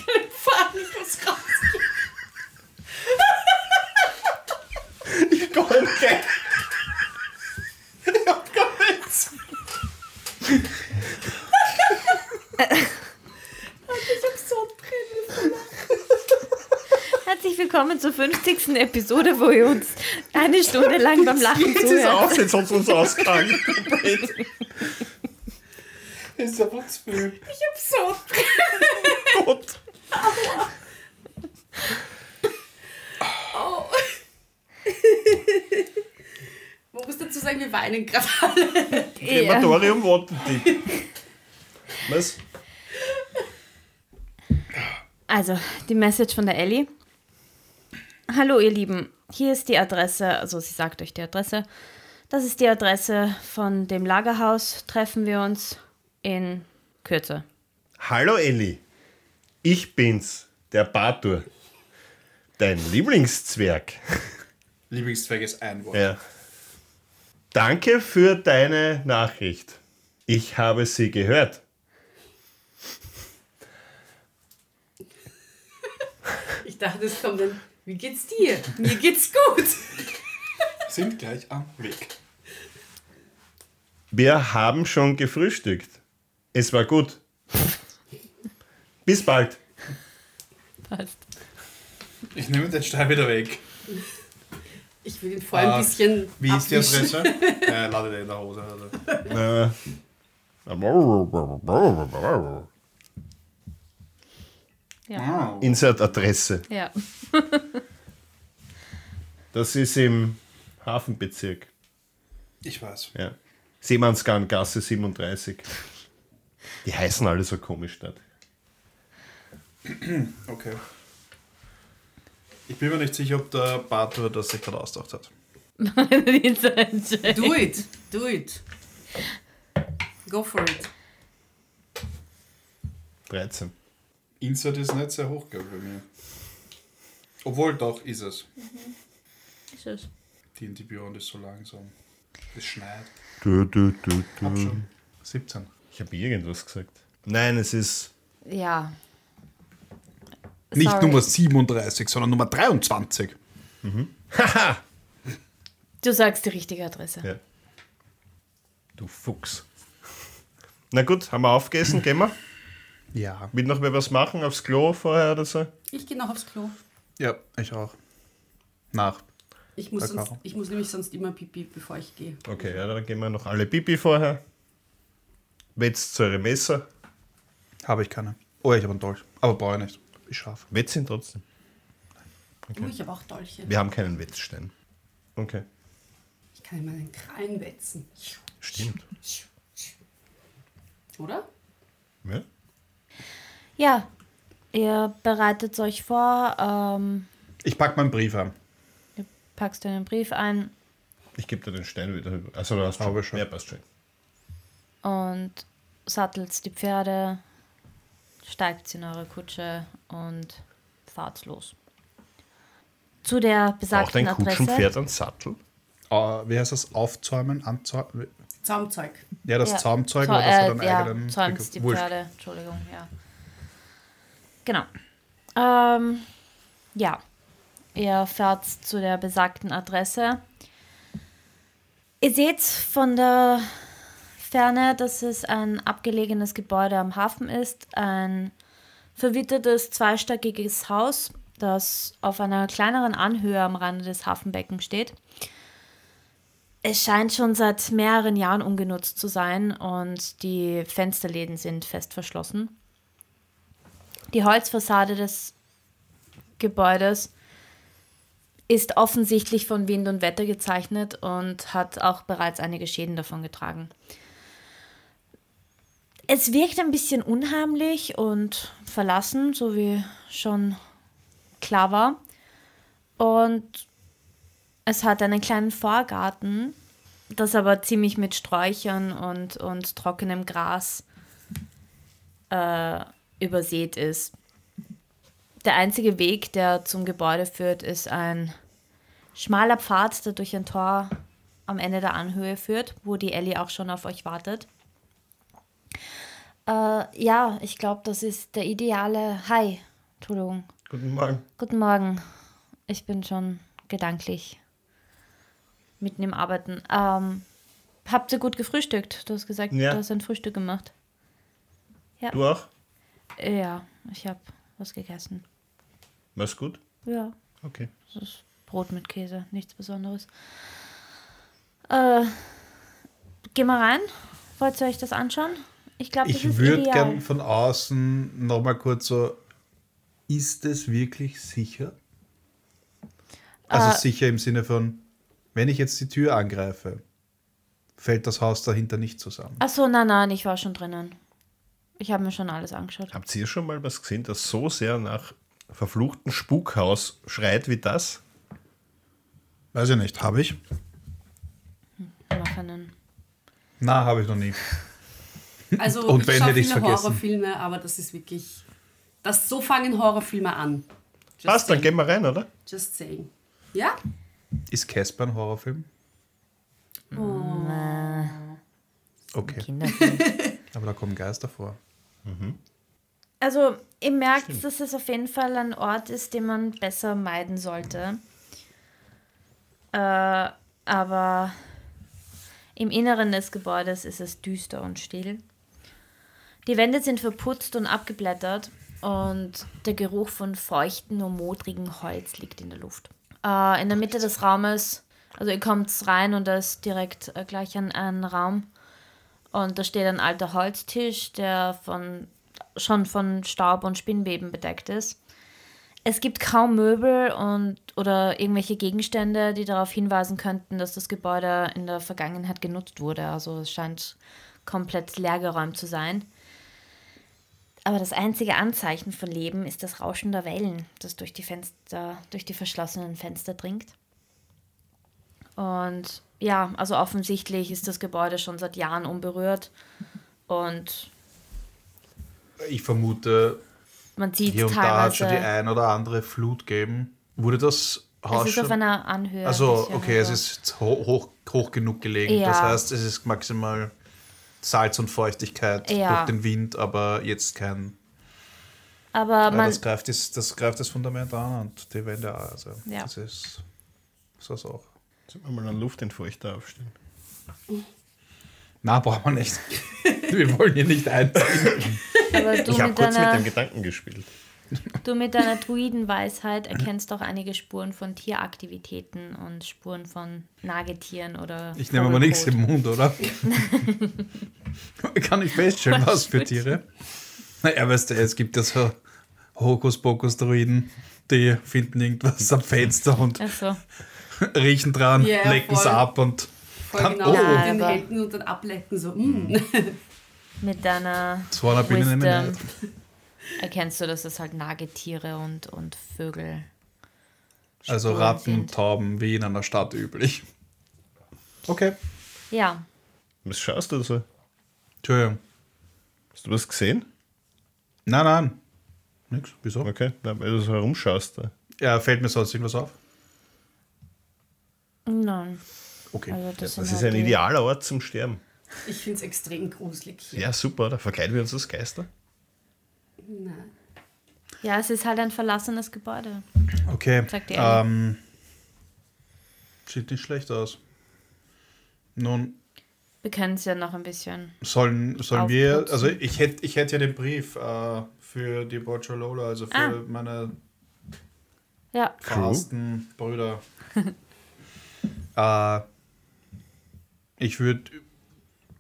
A: Ich komme gleich.
C: Ich
B: willkommen zur 50. Episode, wo ihr uns eine Stunde lang beim Lachen
A: Jetzt ist
B: zuhört.
A: aus, jetzt hat uns ausgegangen.
D: Ist aber zu viel.
C: So.
A: Gott.
C: Oh. [laughs] Man muss dazu sagen, wir weinen gerade.
B: Ja.
A: Krematorium wartet die. Was?
B: Also, die Message von der Ellie. Hallo, ihr Lieben. Hier ist die Adresse, also sie sagt euch die Adresse. Das ist die Adresse von dem Lagerhaus. Treffen wir uns in Kürze. [laughs]
A: Hallo Elli, ich bin's, der Bartur. Dein Lieblingszwerg.
D: Lieblingszweck ist ein Wort.
A: Ja. Danke für deine Nachricht. Ich habe sie gehört.
C: Ich dachte, es kommt dann, wie geht's dir? Mir geht's gut.
D: Sind gleich am Weg.
A: Wir haben schon gefrühstückt. Es war gut. Bis bald.
B: Passt.
D: Ich nehme den Stein wieder weg.
C: Ich will ihn vor ein
D: Ah,
C: bisschen.
D: Wie ist die
C: abwischen.
D: Adresse? äh, lade den in der Hose. Also.
A: Äh.
B: Ja.
D: Ah.
A: Insert Adresse.
B: ja.
A: [laughs] Das ist im Hafenbezirk.
D: Ich weiß.
A: Ja. Seemannsgarngasse 37. Die heißen alle so komisch dort.
D: Okay. Ich bin mir nicht sicher, ob der Bartur das sich gerade ausgedacht hat.
C: Do it. Do it. Go for it.
A: 13.
D: Insert ist nicht sehr hoch, glaube ich, bei mir. Obwohl, doch, ist es.
B: Ist es.
D: Die in die Beyond ist so langsam. Es schneit.
A: Du, du, du,
D: Hab
A: du.
D: schon. 17.
A: Ich habe irgendwas gesagt. Nein, es ist.
B: Ja.
D: Nicht
B: Sorry.
D: Nummer 37, sondern Nummer 23.
A: Haha!
B: Du sagst die richtige Adresse.
A: Ja. Du Fuchs. Na gut, haben wir aufgegessen, gehen wir.
D: Ja.
A: Will noch wer was machen aufs Klo vorher oder so?
C: Ich gehe noch aufs Klo.
D: Ja, ich auch. Nach.
C: Ich muss,
D: Sag mal.
C: sonst, ich muss nämlich sonst immer pipi, bevor ich gehe.
A: Okay, ja, dann gehen wir noch alle Pipi vorher. Wetzt eure Messer.
D: Habe ich keine. Oh, ich habe einen Dolch. Aber brauche ich nicht. Ich scharf.
A: Wetzt ihn trotzdem.
C: Du, Oh, ich habe auch Dolche.
A: Wir haben keinen Wetzstein. Okay.
C: Ich kann in meinen Krallen wetzen.
A: Stimmt.
C: Oder?
A: Ja?
B: Ja, ihr bereitet euch vor, ähm,
D: Ich packe meinen Brief an.
B: ihr packst einen Brief ein
A: Ich gebe dir den Stein wieder. Also, du hast schon.
D: Habe schon.
A: Ja, passt schon.
B: und sattelst die Pferde, steigt in eure Kutsche und fahrt los. Zu der
A: Braucht
B: besagten
A: ein
B: Adresse.
A: Kutschenpferd einen Sattel?
D: Äh, wie heißt das? Aufzäumen? Anzäumen? [laughs]
C: Zaumzeug.
D: Ja, das Zaumzeug
B: Zau-
D: oder das hat einen
B: äh, ja,
D: eigenen
B: Zäumt die
D: Wurscht.
B: Pferde, Entschuldigung, ja. Genau. Ähm, ja. Ihr fährt zu der besagten Adresse. Ihr seht von der Ferne, dass es ein abgelegenes Gebäude am Hafen ist. Ein verwittertes, zweistöckiges Haus, das auf einer kleineren Anhöhe am Rande des Hafenbeckens steht. Es scheint schon seit mehreren Jahren ungenutzt zu sein und die Fensterläden sind fest verschlossen. Die Holzfassade des Gebäudes ist offensichtlich von Wind und Wetter gezeichnet und hat auch bereits einige Schäden davon getragen. Es wirkt ein bisschen unheimlich und verlassen, so wie schon klar war. Und es hat einen kleinen Vorgarten, das aber ziemlich mit Sträuchern und, und trockenem Gras äh, übersät ist. Der einzige Weg, der zum Gebäude führt, ist ein schmaler Pfad, der durch ein Tor am Ende der Anhöhe führt, wo die Ellie auch schon auf euch wartet. Äh, ja, ich glaube, das ist der ideale. Hi, Entschuldigung.
A: Guten Morgen.
B: Guten Morgen. Ich bin schon gedanklich mitten im Arbeiten. Ähm, habt ihr gut gefrühstückt? Du hast gesagt,
A: Ja.
B: du hast ein Frühstück gemacht.
A: Du auch?
B: Ja, ich habe was gegessen.
A: War's gut?
B: Ja.
A: Okay.
B: Das ist Brot mit Käse, nichts Besonderes. Äh, geh mal rein. Wollt ihr euch das anschauen? Ich glaube, das
D: Ich
B: ist
D: würde
B: ideal.
D: gern von außen nochmal kurz so, ist es wirklich sicher? Also
B: Äh.
D: sicher im Sinne von, wenn ich jetzt die Tür angreife, fällt das Haus dahinter nicht zusammen.
B: Achso, nein, nein, ich war schon drinnen. Ich habe mir schon alles angeschaut.
A: Habt ihr schon mal was gesehen, das so sehr nach verfluchten Spukhaus schreit wie das?
D: Weiß ich nicht, habe ich?
B: Mach einen.
D: Na, habe ich noch nie.
C: Also
D: Und
C: ich
D: wenn,
C: schaue
D: hätte
C: viele
D: ich's vergessen.
C: Horrorfilme, aber das ist wirklich. Das so fangen Horrorfilme an. Just
A: Passt, dann
C: saying.
A: gehen wir rein, oder?
C: Just saying. Ja?
D: Ist Casper ein Horrorfilm? Okay,
B: Kinderfilm.
D: aber da kommen Geister vor.
B: Also, ihr merkt, dass es auf jeden Fall ein Ort ist, den man besser meiden sollte. Äh, aber im Inneren des Gebäudes ist es düster und still. Die Wände sind verputzt und abgeblättert und der Geruch von feuchten und modrigen Holz liegt in der Luft. Äh, in der Mitte des Raumes, also ihr kommt rein und da ist direkt äh, gleich ein, ein Raum und da steht ein alter Holztisch, der von, schon von Staub und Spinnweben bedeckt ist. Es gibt kaum Möbel und, oder irgendwelche Gegenstände, die darauf hinweisen könnten, dass das Gebäude in der Vergangenheit genutzt wurde. Also es scheint komplett leergeräumt zu sein. Aber das einzige Anzeichen von Leben ist das Rauschen der Wellen, das durch die Fenster, durch die verschlossenen Fenster dringt. Und ja, also offensichtlich ist das Gebäude schon seit Jahren unberührt. Und
D: Ich vermute,
B: man sieht
D: hier und da hat schon die
B: teilweise.
D: ein oder andere Flut gegeben. Wurde das Haus
B: Es ist
D: schon
B: auf einer Anhöhe.
D: Also,
B: bisschen,
D: okay, es
B: also-
D: ist ho- hoch, hoch genug gelegen.
B: Ja.
D: Das heißt, es ist maximal Salz und Feuchtigkeit
B: Ja.
D: durch den Wind, aber jetzt kein.
B: Aber
D: ja,
B: man,
D: das, greift das, das greift das Fundament an und die Wände auch. Also,
B: Ja.
D: das ist so's auch.
A: Sollen wir mal einen Luftentfeuchter aufstellen?
D: Na, braucht man nicht. [laughs] Wir wollen hier nicht einziehen.
B: aber du,
A: Ich habe
B: mit
A: kurz mit
B: deiner,
A: dem Gedanken gespielt.
B: du mit deiner Druidenweisheit erkennst auch einige Spuren von Tieraktivitäten und Spuren von Nagetieren oder.
D: Ich nehme aber nichts
B: Vogelkot.
D: im
C: [laughs]
D: Mund, oder? Kann ich feststellen, was für Tiere? Naja, weißt du, es gibt ja so Hokuspokus-Druiden, die finden irgendwas am Fenster und
B: Ach so.
D: [laughs] riechen dran,
C: Ja,
D: lecken es
C: voll.
D: ab und
C: Voll
D: Dann-
C: genau
D: oh. Mhm.
C: mit
B: Nein,
C: den
B: aber-
C: Händen und dann ablecken so. Mm.
B: Mit deiner
D: so einer Biene nehmen wir
B: Wisdom
D: nicht.
B: erkennst du, dass es halt Nagetiere und, und Vögel.
D: Also
B: Spuren
D: Ratten,
B: sind.
D: Tauben, wie in einer Stadt üblich. Okay.
B: Ja,
A: Was schaust du so?
D: Entschuldigung.
A: Hast du was gesehen?
D: Nein, nein. Nix. Wieso?
A: Okay, na, weil du so herumschaust. Da.
D: Ja, fällt mir sonst irgendwas auf?
B: nein.
D: Okay.
B: Also das, sind
A: Das ist
B: halt
A: ein
B: die-
A: idealer Ort zum Sterben.
C: [laughs] Ich finde es extrem gruselig hier.
A: Ja, super, oder? Verkleiden wir uns als Geister?
C: Nein.
B: Ja, es ist halt ein verlassenes Gebäude.
D: Okay.
B: Sagt die Ellie.
D: ähm, sieht nicht schlecht aus. Nun,
B: Wir können es ja noch ein bisschen.
D: sollen, sollen wir,
B: Aufputzen.
D: also ich hätte ich hätt ja den Brief äh, für die Bocciolola, also für
B: Ah.
D: meine
B: Ja,
D: verhassten Brüder.
B: [laughs]
D: äh, ich würde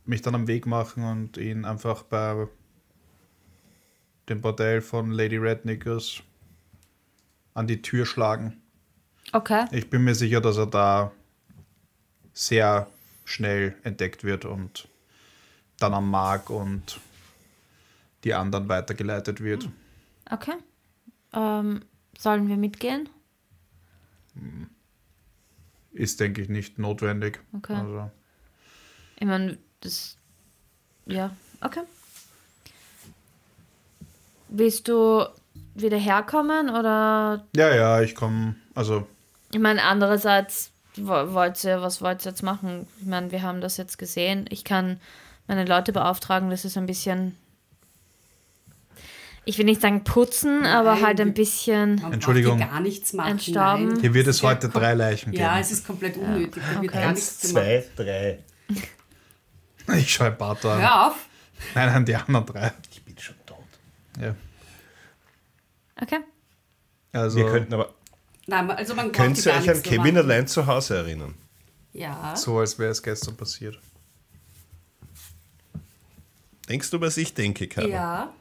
D: mich dann am Weg machen und ihn einfach bei dem Bordell von Lady Rednickers an die Tür schlagen.
B: okay.
D: Ich bin mir sicher, dass er da sehr schnell entdeckt wird und dann am Mark und die anderen weitergeleitet wird.
C: Hm.
B: Okay. Ähm, sollen wir mitgehen?
D: Ist, denke ich, nicht notwendig.
B: Okay.
D: Also,
B: Ich meine, das. Ja, okay. Willst du wieder herkommen oder.
D: ja, ja, ich komme, also [laughs]
B: Ich meine, andererseits, wo- wollt ihr, was wollt ihr jetzt machen? Ich meine, wir haben das jetzt gesehen. Ich kann meine Leute beauftragen, das ist ein bisschen. Ich will nicht sagen putzen, aber
C: Nein,
B: halt ein
C: wir-
B: bisschen.
C: Man
D: Entschuldigung.
C: braucht hier gar nichts machen.
B: Entstauben.
C: Nein.
D: Hier wird es
C: Ja,
D: heute
C: komm.
D: drei Leichen geben.
C: Ja, es ist komplett unnötig. Da wird gar nichts gemacht.
A: zwei, drei.
D: Ich schaue Bart an.
C: Hör auf.
D: Nein, nein, die anderen drei.
A: Ich bin schon tot.
D: Ja.
B: Okay.
D: Also,
A: Wir könnten aber
C: Nein, also man braucht
A: Könnt
C: die
A: ihr
C: gar
A: euch an
C: nichts mehr
A: Kevin
C: machen.
A: allein zu Hause erinnern?
C: Ja.
D: So, als wäre es gestern passiert.
A: Denkst du, was ich denke, Karin?
C: Ja.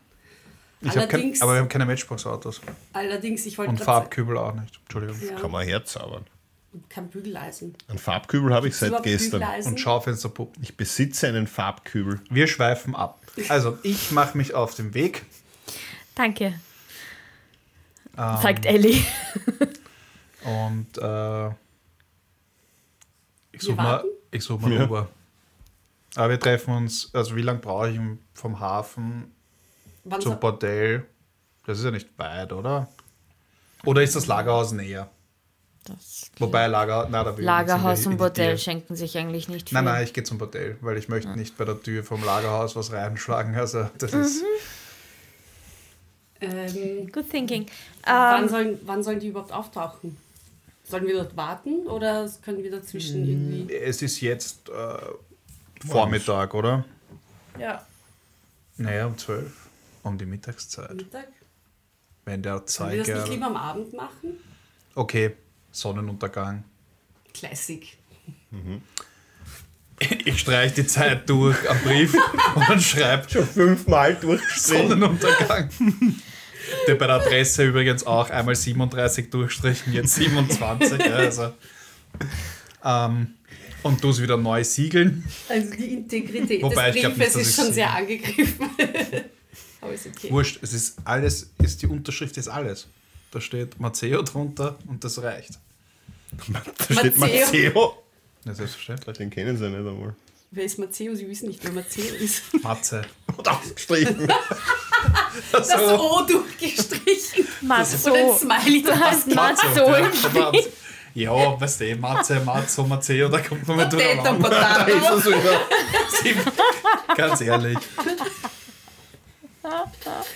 D: Ich hab kein,
C: allerdings,
D: aber wir haben keine Matchbox-Autos.
C: allerdings, ich wollte
D: Und
C: grad
D: Farbkübel auch nicht. Entschuldigung.
C: sagen,
A: Kann man herzaubern.
C: ja, kein Bügeleisen.
A: Einen Farbkübel habe ich seit
C: Überhaupt
A: gestern.
C: Bügeleisen?
D: Und Schaufensterpuppen.
A: Ich besitze einen Farbkübel.
D: Wir schweifen ab. Also, ich mache mich auf den Weg.
B: Danke.
A: Ähm,
B: Sagt Ellie.
D: Und äh, ich
C: Wir
D: suche mal,
C: warten?
D: ich such mal
A: Ja.
D: Uber. Aber wir treffen uns, also wie lange brauche ich um- vom Hafen
C: Wann
D: zum
C: so-
D: Bordell? Das ist ja nicht weit, oder? Oder ist das Lagerhaus näher?
B: Das
D: Wobei Lager, na, da will ich
B: Lagerhaus
D: jetzt
B: und
D: in die- in
B: Bordell
D: die Tür.
B: schenken sich eigentlich nicht viel.
D: Nein, nein, ich gehe zum Bordell, weil ich möchte nicht bei der Tür vom Lagerhaus was reinschlagen. [laughs] Also das ist
C: ähm,
B: Good thinking.
C: wann,
B: Ähm,
C: sollen, wann sollen die überhaupt auftauchen? Sollen wir dort warten oder können wir
D: Hm.
C: dazwischen irgendwie.
D: es ist jetzt äh, Vormittag, oder?
C: Ja.
D: Naja, um zwölf. Um die Mittagszeit.
C: Mittag?
D: Wenn der
C: Sollen wir das
D: Zeiger.
C: nicht lieber am Abend machen?
D: Okay, Sonnenuntergang.
C: Classic.
D: Ich streiche die Zeit durch am Brief und dann schreibe
A: Schon fünfmal durchgestrichen.
D: Sonnenuntergang. Der bei der Adresse übrigens auch einmal 37 durchstrichen, jetzt 27. ja, Also. Ähm, und du es wieder neu siegeln.
C: Also die Integrität
D: Wobei, ich
C: des
D: glaub
C: Briefes
D: nicht, dass
C: ist
D: ich
C: schon
D: sie-
C: sehr angegriffen. [laughs] Aber ist okay.
D: Wurscht, es ist alles, ist die Unterschrift ist alles. Da steht Maceo drunter und das reicht.
A: Da steht
C: Matteo.
A: Matteo.
D: Ja, selbstverständlich.
A: Den kennen sie nicht einmal.
C: Wer ist Matteo? Sie wissen nicht, wer Matteo
D: [laughs]
C: ist.
D: Matze.
A: Und ausgestrichen.
C: Das O durchgestrichen. Und ein
B: Matzo.
C: Smiley [laughs]
B: Du
C: drauf.
B: heißt Matzo.
D: ja, verdammt. ja, weißt du, Matze, Matzo, Maceo, da kommt man mit
C: Potato,
D: [laughs]
C: Potato.
D: ist es wieder. Sie- Ganz ehrlich.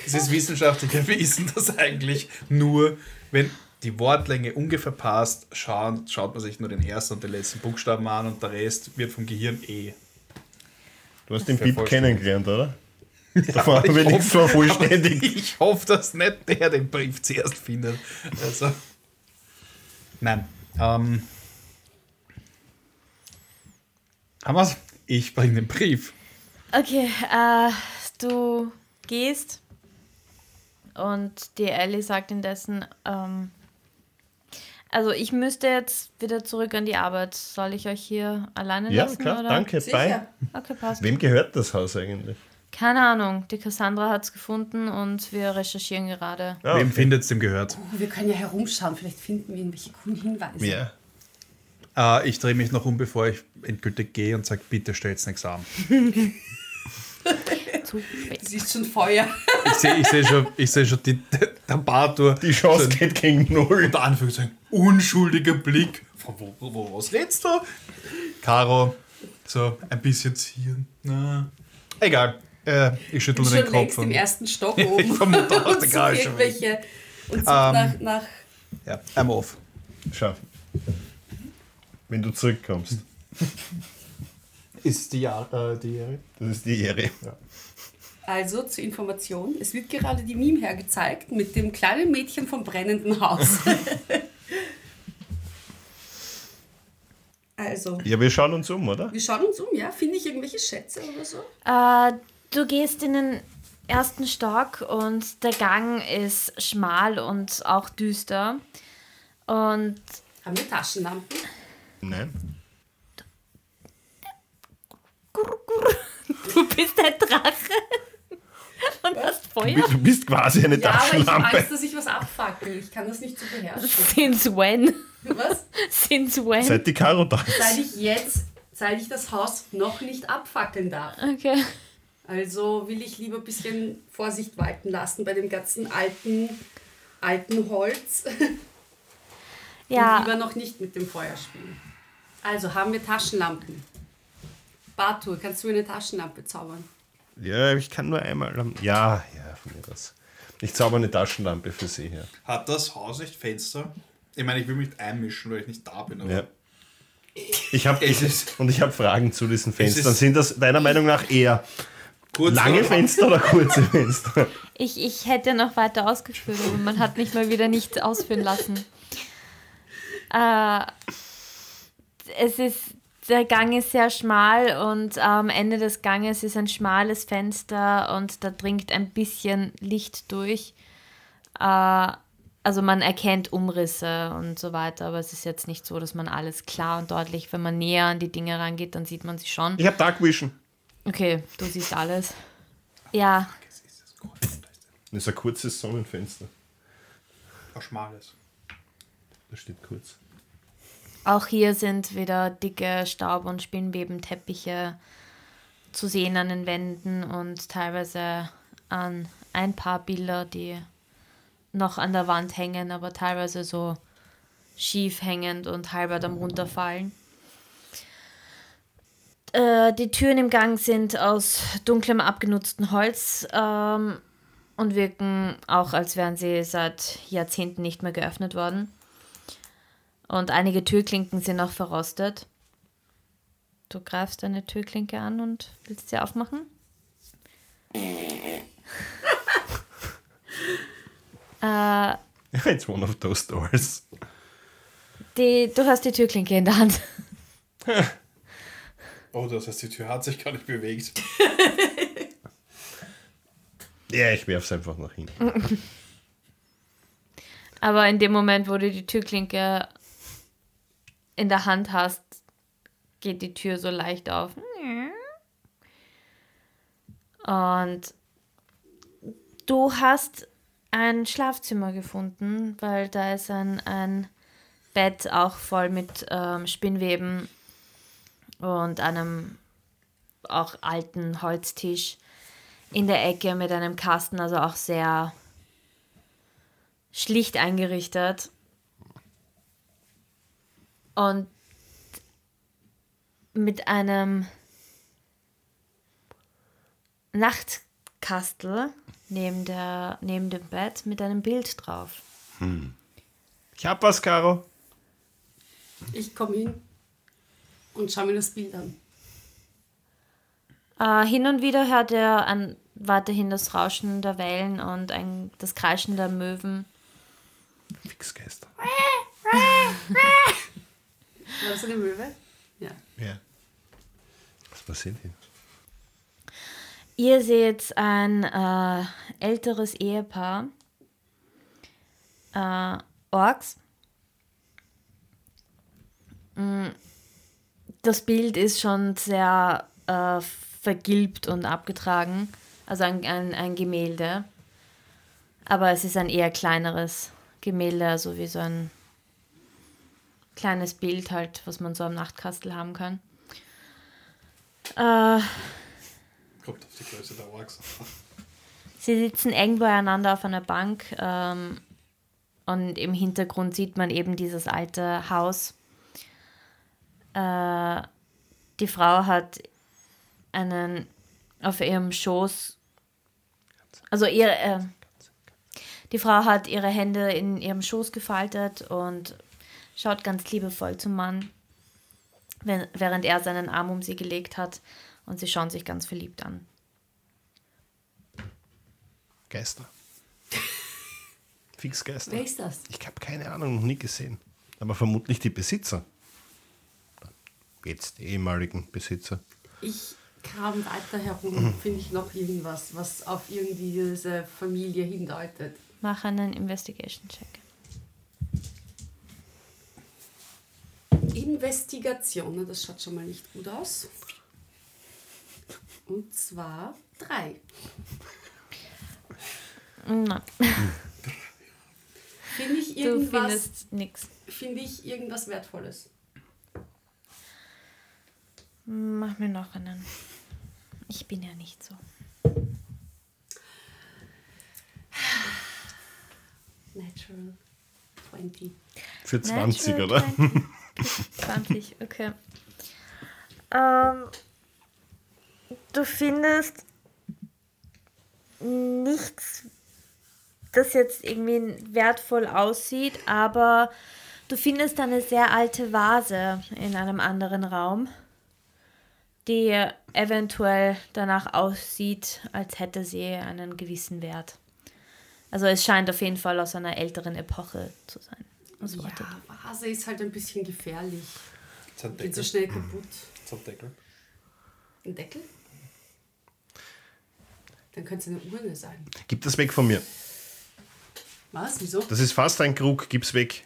D: Es ist wissenschaftlich erwiesen, dass eigentlich nur, wenn die Wortlänge ungefähr passt, schauen, schaut man sich nur den ersten und den letzten Buchstaben an und der Rest wird vom Gehirn eh.
A: Du hast den Bib
D: vollständig.
A: kennengelernt, oder? Davon haben wir
D: ich
A: nichts mehr vollständig.
D: [laughs] Ich hoffe, dass nicht der den Brief zuerst findet. Also, nein. Ähm, haben wir's? Ich bringe den Brief.
B: Okay, äh, du gehst und die Ellie sagt indessen, ähm, also ich müsste jetzt wieder zurück an die Arbeit. Soll ich euch hier alleine
A: Ja,
B: lassen?
A: klar,
B: oder?
A: danke. Bye.
C: Sicher.
B: Okay, passt.
A: Wem gehört das Haus eigentlich?
B: Keine Ahnung, die Cassandra hat es gefunden und wir recherchieren gerade.
A: Ah,
D: Wem
A: okay.
D: findet's, dem gehört.
C: Oh, wir können ja herumschauen, vielleicht finden wir irgendwelche coolen Hinweise.
A: Wer?
D: Äh, ich drehe mich noch um, bevor ich endgültig gehe und sage, bitte stellt's nichts an.
B: Zu spät.
C: Es ist schon Feuer.
D: Ich sehe ich seh schon, ich seh schon die, der Bartur.
A: Die Chance
D: schon
A: geht gegen Null.
D: Unter Anführungszeichen, unschuldiger Blick. Von wo, wo, wo was redst du? Caro, so ein bisschen ziehen. Na. Egal. Äh, ich schüttel
C: Ich bin
D: nur den
C: [laughs] schon längst
D: Kopf.
C: im
D: Und, [laughs]
C: ersten Stock oben.
D: Ich
C: [laughs]
D: vermute auch,
C: und suche
D: der Karl ist schon weg.
C: irgendwelche. Und suche nach, nach.
D: ja, I'm off.
A: Schau. Wenn du zurückkommst.
D: Ist die, Jahr, äh, die Jahre?
A: Das ist die Ehre.
C: Also zur Information: Es wird gerade die Meme hergezeigt mit dem kleinen Mädchen vom brennenden Haus. [laughs] also,
A: Ja, wir schauen uns um, oder?
C: wir schauen uns um, ja? Finde ich irgendwelche Schätze oder so?
B: Äh, du gehst in den ersten Stock und der Gang ist schmal und auch düster. Und
C: Haben wir Taschenlampen?
A: Nein.
B: Gur, gur. [laughs] Du bist ein Drache [laughs] und hast
A: Du,
B: Feuer.
A: du bist quasi eine
C: Ja, aber ich habe Angst,
A: Taschenlampe.
C: dass ich was abfackel. Ich kann das nicht so beherrschen.
B: Since when? [laughs]
C: Was?
B: Since when?
A: Seit die Karo da
C: Seit
A: ist.
C: ich jetzt, seit ich das Haus noch nicht abfackeln darf.
B: Okay.
C: Also will ich lieber ein bisschen Vorsicht walten lassen bei dem ganzen alten, alten Holz. [laughs] Und
B: [laughs] Ja,
C: lieber noch nicht mit dem Feuer spielen. Also haben wir Taschenlampen. Bartur, kannst du mir eine Taschenlampe zaubern?
A: Ja, ich kann nur einmal. am- Ja, ja, von mir aus. Ich zauber eine Taschenlampe für sie her.
D: Hat das Haus nicht Fenster? Ich meine, ich will mich nicht einmischen, weil ich nicht da bin. aber-
A: Ja. Ich hab,
D: Es ist-
A: und ich habe Fragen zu diesen Fenstern.
D: ist-
A: Sind das deiner Meinung nach eher
D: Kurz
A: lange
D: vor-
A: Fenster oder
D: [laughs]
A: kurze Fenster?
B: ich, ich hätte noch weiter ausgeführt, aber man hat mich mal wieder nicht ausführen lassen. Äh, es ist, der Gang ist sehr schmal und am Ende des Ganges ist ein schmales Fenster und da dringt ein bisschen Licht durch. Äh, also man erkennt Umrisse und so weiter, aber es ist jetzt nicht so, dass man alles klar und deutlich, wenn man näher an die Dinge rangeht, dann sieht man sie schon.
A: Ich habe Dark Vision.
B: Okay, du siehst alles. Ja,
D: Das ist das Kreuz. Da ist
A: Das ist ein kurzes Sonnenfenster.
D: ein schmales.
A: Da steht kurz.
B: auch hier sind wieder dicke Staub- und Spinnwebenteppiche zu sehen an den Wänden und teilweise an ein paar Bilder, die noch an der Wand hängen, aber teilweise so schief hängend und halber am runterfallen. Äh, die Türen im Gang sind aus dunklem abgenutztem Holz ähm, und wirken auch, als wären sie seit Jahrzehnten nicht mehr geöffnet worden. Und einige Türklinken sind auch verrostet. Du greifst eine Türklinke an und willst sie aufmachen? äh,
A: [laughs] It's one of those doors.
B: die, du hast die Türklinke in der Hand.
D: Oh, das heißt, die Tür hat sich gar nicht bewegt.
A: [laughs] Ja, ich werf's einfach nach hinten.
B: Aber in dem Moment, wo du die Türklinke in der Hand hast, geht die Tür so leicht auf. Und du hast ein Schlafzimmer gefunden, weil da ist ein, ein Bett auch voll mit ähm, Spinnweben und einem auch alten Holztisch in der Ecke mit einem Kasten, also auch sehr schlicht eingerichtet. Und mit einem Nachtkastel neben, der, neben dem Bett mit einem Bild drauf.
A: Ich hab was, Caro.
C: Ich komme hin und schaue mir das Bild an.
B: Äh, hin und wieder hört er an, weiterhin das Rauschen der Wellen und ein, das Kreischen der Möwen.
A: Fixgeister.
C: War das eine Möwe? Ja.
A: Ja. Was passiert hier?
B: Ihr seht ein äh, älteres Ehepaar. Äh, Orks. Mm, Das Bild ist schon sehr äh, vergilbt und abgetragen. Also ein, ein, ein Gemälde. Aber es ist ein eher kleineres Gemälde, also wie so ein kleines Bild halt, was man so am Nachtkastel haben kann. Äh,
D: Kommt auf die Größe der Orks. an.
B: Sie sitzen eng beieinander auf einer Bank ähm, und im Hintergrund sieht man eben dieses alte Haus. Äh, die Frau hat einen auf ihrem Schoß, also ihre, äh, die Frau hat ihre Hände in ihrem Schoß gefaltet und schaut ganz liebevoll zum Mann, wenn, während er seinen Arm um sie gelegt hat und sie schauen sich ganz verliebt an.
A: Geister. Fixgeister.
C: Wer ist das?
A: Ich habe keine Ahnung, noch nie gesehen. Aber vermutlich die Besitzer. Jetzt die ehemaligen Besitzer.
C: Ich kram weiter herum, finde ich noch irgendwas, was auf irgendwie diese Familie hindeutet.
B: Mach einen Investigation-Check.
C: Investigation, ne, das schaut schon mal nicht gut aus. Und zwar drei.
B: Na,
C: Finde ich
B: du
C: irgendwas,
B: findest nichts.
C: finde ich irgendwas Wertvolles.
B: Mach mir noch einen. Ich bin ja nicht so.
C: Natural 20.
A: Für 20,
B: Natural
A: oder? [laughs]
B: 20. [laughs] 20, okay. Ähm, du findest nichts, das jetzt irgendwie wertvoll aussieht, aber du findest eine sehr alte Vase in einem anderen Raum, die eventuell danach aussieht, als hätte sie einen gewissen Wert. Also es scheint auf jeden Fall aus einer älteren Epoche zu sein. ausbeutet.
C: Ja, Vase ist halt ein bisschen gefährlich.
D: Jetzt ein
C: Geht so schnell kaputt.
D: Jetzt ein Deckel.
C: Ein Deckel? Dann könnte es eine Urne sein.
A: Gib das weg von mir.
C: Was? Wieso?
A: Das ist fast ein Krug, gib's weg.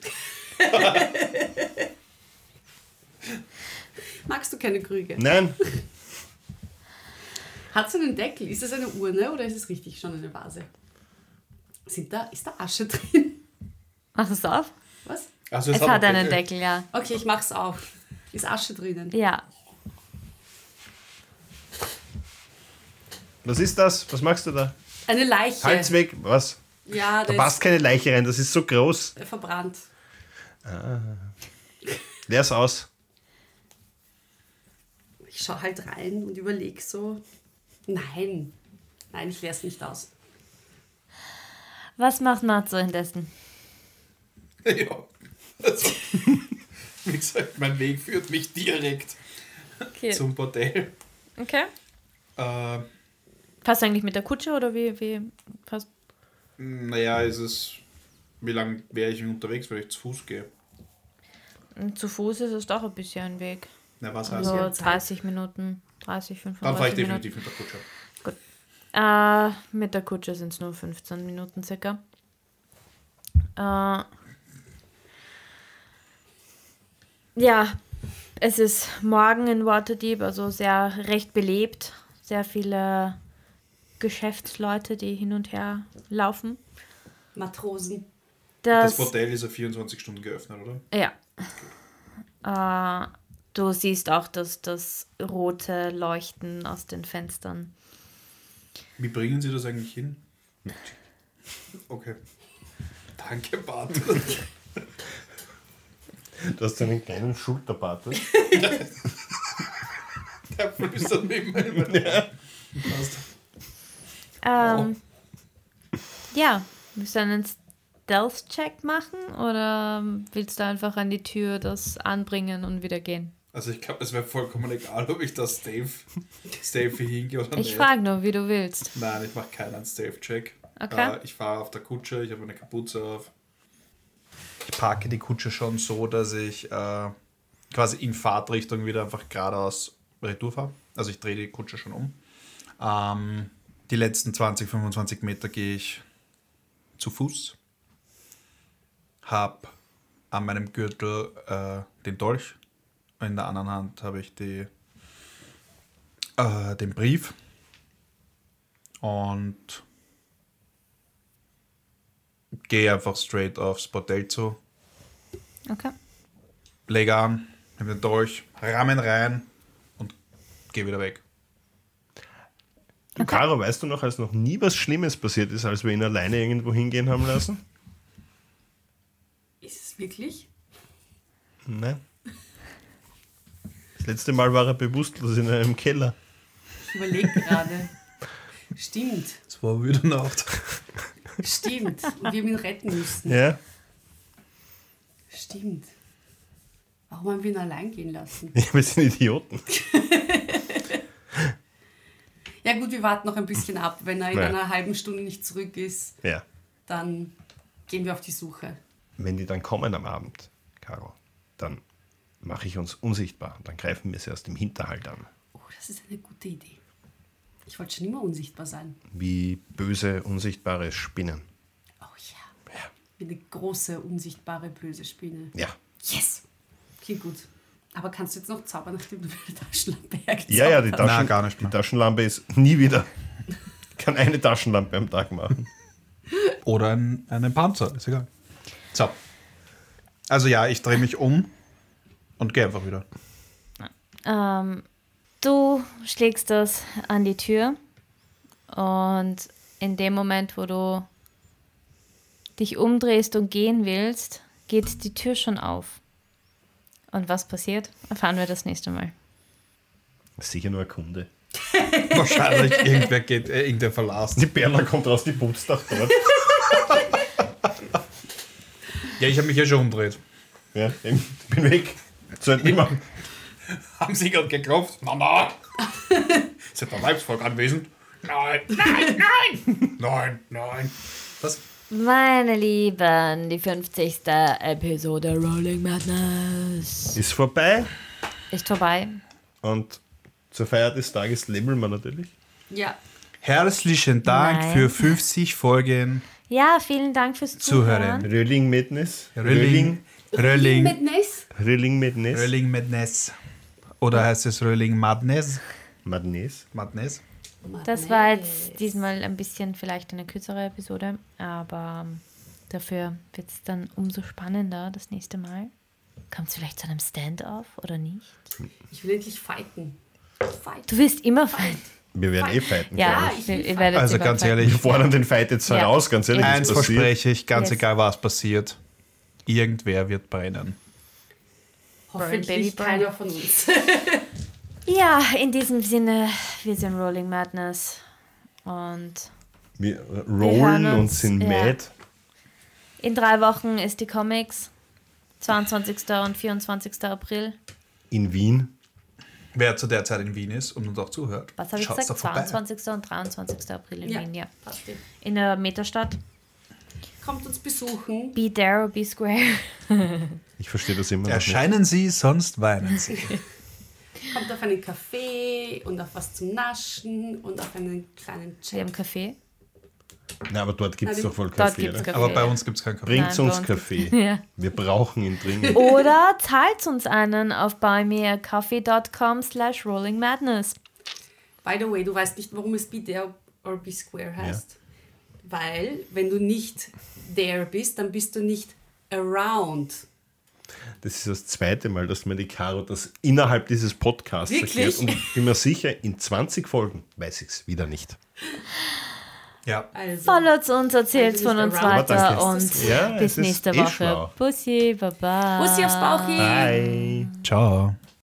C: Magst du keine Krüge?
A: Nein,
C: Hat es einen Deckel? Ist es eine Urne oder ist es richtig schon eine Vase? Sind da, ist da Asche drin?
B: Mach es auf.
C: Was?
D: Also
B: Es hat einen Deckel, ja.
C: Okay, ich mach's auf. Ist Asche drinnen?
B: Ja.
A: was ist das? Was machst du da?
C: Eine Leiche.
A: Halt's weg. Was?
C: Ja,
A: Da
C: der
A: passt keine Leiche rein, das ist so groß.
C: ist verbrannt.
A: Leer's aus.
C: Ich schau halt rein und überleg so. Nein. Nein, ich leer's nicht aus.
B: Was macht Matzo indessen?
D: [laughs] ja. Also, [laughs] wie gesagt, mein Weg führt mich direkt
B: Okay.
D: zum Bordell.
B: okay.
D: Äh,
B: Passt eigentlich mit der Kutsche oder wie? wie passt?
D: naja, ist es. Wie lange wäre ich unterwegs, wenn ich zu Fuß gehe?
B: Zu Fuß ist es doch ein bisschen ein Weg.
D: Na, was heißt
B: Also
C: ja Zeit.
B: 30 Minuten, 30,
D: Dann fahre ich
B: 35 Minuten.
D: definitiv mit der Kutsche.
B: Äh, mit der Kutsche sind es nur 15 Minuten circa. Äh, ja, es ist morgen in Waterdeep, also sehr recht belebt. Sehr viele Geschäftsleute, die hin und her laufen.
C: Matrosen.
D: Das,
B: Das,
D: Bordell ist ja 24 Stunden geöffnet, oder?
B: ja. Äh, du siehst auch das, das rote Leuchten aus den Fenstern.
D: Wie bringen Sie das eigentlich hin? Okay. Danke, Bart. [laughs]
A: Du hast einen kleinen Schulterbart. oder?
D: Der flüstert neben mir. Ja. Passt.
B: Ähm, Ja, willst du einen Stealth-Check machen oder willst du einfach an die Tür das anbringen und wieder gehen?
D: Also ich glaube, es wäre vollkommen egal, ob ich da safe, safe hingehe oder
B: Ich
D: nicht.
B: frage nur, wie du willst.
D: Nein, ich mache keinen Safe-Check.
B: Okay.
D: Äh, ich fahre auf der Kutsche, ich habe eine Kapuze auf. Ich parke die Kutsche schon so, dass ich äh, quasi in Fahrtrichtung wieder einfach geradeaus retour fahre. Also ich drehe die Kutsche schon um. Ähm, die letzten 20, 25 Meter gehe ich zu Fuß. Hab an meinem Gürtel äh, den Dolch. In der anderen Hand habe ich die, äh, den Brief. Und gehe einfach straight aufs Bordell zu,
B: Okay.
D: lege an, nehme den Dolch, Rahmen rein und gehe wieder weg.
A: Du, Caro, weißt du noch, als noch nie was Schlimmes passiert ist, als wir ihn alleine irgendwo hingehen haben lassen?
C: Ist es wirklich?
A: Nein. Ne? Das letzte Mal war er bewusstlos in einem Keller.
C: Ich überleg
A: [laughs]
C: gerade. Stimmt.
D: Es war wieder Nacht.
C: Stimmt. Und wir haben ihn retten müssen.
A: Ja?
C: Stimmt. Warum haben wir ihn allein gehen lassen?
A: Ja, wir sind Idioten.
C: Ja gut, wir warten noch ein bisschen ab. Wenn er in
A: Ja.
C: einer halben Stunde nicht zurück ist,
A: Ja.
C: dann gehen wir auf die Suche.
A: Wenn die dann kommen am Abend, Caro, dann mache ich uns unsichtbar. Dann greifen wir sie aus dem Hinterhalt an.
C: Oh, das ist eine gute Idee. Ich wollte schon immer unsichtbar sein.
A: Wie böse, unsichtbare Spinnen.
C: Oh ja. Wie eine große, unsichtbare, böse Spinne.
A: Ja.
C: Yes! Klingt gut. Aber kannst du jetzt noch zaubern, nachdem du mit der Taschenlampe hergezaubert
A: Ja, ja, die,
C: hast?
A: Taschen,
D: Nein, gar nicht
A: die
D: mehr.
A: Taschenlampe ist nie wieder. Ich kann eine Taschenlampe am Tag machen.
D: [laughs] Oder ein, einen Panzer, ist egal. So. Also ja, ich drehe mich um und gehe einfach [laughs] wieder.
B: Ähm, du schlägst das an die Tür und in dem Moment, wo du dich umdrehst und gehen willst, geht die Tür schon auf. Und was passiert, erfahren wir das nächste Mal.
A: Sicher nur ein Kunde.
D: Wahrscheinlich irgendwer geht, äh, irgendwer verlassen.
A: Die Berner kommt raus, die putzt auch dort.
D: Ja, ich habe mich ja schon umgedreht.
A: ja, eben. ich bin weg. Sollte nicht machen.
D: Haben Sie gerade geklopft? [laughs] Mama! Sind der Leibsvolk anwesend? Nein, nein, nein! Nein, nein. Was?
F: Meine Lieben, die 50. Episode Rolling Madness
A: Ist vorbei
B: Ist vorbei.
A: und zur Feier des Tages labeln wir natürlich.
C: Ja.
D: Herzlichen Dank
B: Nein.
D: für 50 Folgen
B: Ja, vielen Dank fürs
D: Zuhören.
B: Zuhören.
A: Rölling Madness.
D: Rölling. Rölling.
C: Mit Ness?
A: Rölling Madness.
D: Rölling Madness. Oder heißt es Rölling Madness?
A: Madness.
D: Madness?
B: Das war jetzt diesmal ein bisschen vielleicht eine kürzere Episode, aber ähm, dafür wird es dann umso spannender das nächste Mal. Kommt es vielleicht zu einem Stand-off oder nicht?
C: Ich will endlich fighten. Fight.
B: Du wirst immer fallen.
A: Wir werden eh fighten. glaub
B: Ja,
C: ich
B: wir-
C: will
B: ihr werdet
D: Also
B: immer
D: ganz
A: Ich
B: fallen.
D: ehrlich,
A: Wir fordern den Fight jetzt
B: Ja.
A: heraus, ganz ehrlich.
D: eins
A: was passiert.
D: verspreche ich, ganz
B: Yes.
D: egal was passiert, irgendwer wird brennen.
C: Hoffentlich
B: Baby, burn.
C: keiner von uns.
B: Ja, in diesem Sinne, wir sind Rolling Madness und
A: Wir
B: hören
A: rollen und
B: uns,
A: sind
B: ja.
A: mad.
B: in drei Wochen ist die Comics, 22. und 24. April.
A: In Wien.
D: Wer zu der Zeit in Wien ist und uns auch zuhört,
B: Was habe ich
D: schaut's
B: gesagt?
D: doch vorbei.
B: 22. und 23. April in
C: Ja.
B: Wien, ja.
C: Passt eh.
B: In der Metastadt.
C: Kommt uns besuchen.
B: Be there or be square.
A: Ich verstehe das immer noch
D: Erscheinen Sie, sonst
B: [laughs]
D: weinen Sie.
C: Kommt auf einen Kaffee und auf was zum Naschen und auf einen kleinen
B: [laughs] Wir
C: Chat.
B: haben Kaffee.
A: nicht. Nein, aber dort gibt es
C: Nein,
A: doch wohl
B: Dort
A: Kaffee.
B: gibt es
A: oder?
B: Kaffee.
D: Aber bei uns gibt es keinen Kaffee.
A: Bringt
B: Nein,
A: uns
B: bei uns
A: Kaffee.
B: [laughs] Ja.
A: Wir brauchen ihn dringend.
B: Oder zahlt uns einen auf buymeacoffee.com slash rollingmadness.
C: By the way, du weißt nicht, warum es Be There or Be Square heißt. Weil, wenn du nicht there bist, dann bist du nicht around.
A: Das ist das zweite Mal, dass mir die Caro das innerhalb dieses Podcasts
C: Wirklich?
A: erklärt. Und ich bin mir sicher, in 20 Folgen weiß ich es wieder nicht.
D: Ja.
C: Also,
B: Followt uns, erzählt
C: Also
B: von
C: nicht
B: uns
C: around.
B: weiter
A: Aber
C: das
B: und
C: ist-
A: Ja,
B: bis
A: es ist
B: nächste
A: eh
B: Woche.
A: schlau.
B: Bussi, baba.
C: Bussi aufs Bauch hin.
A: Bye.
D: Ciao.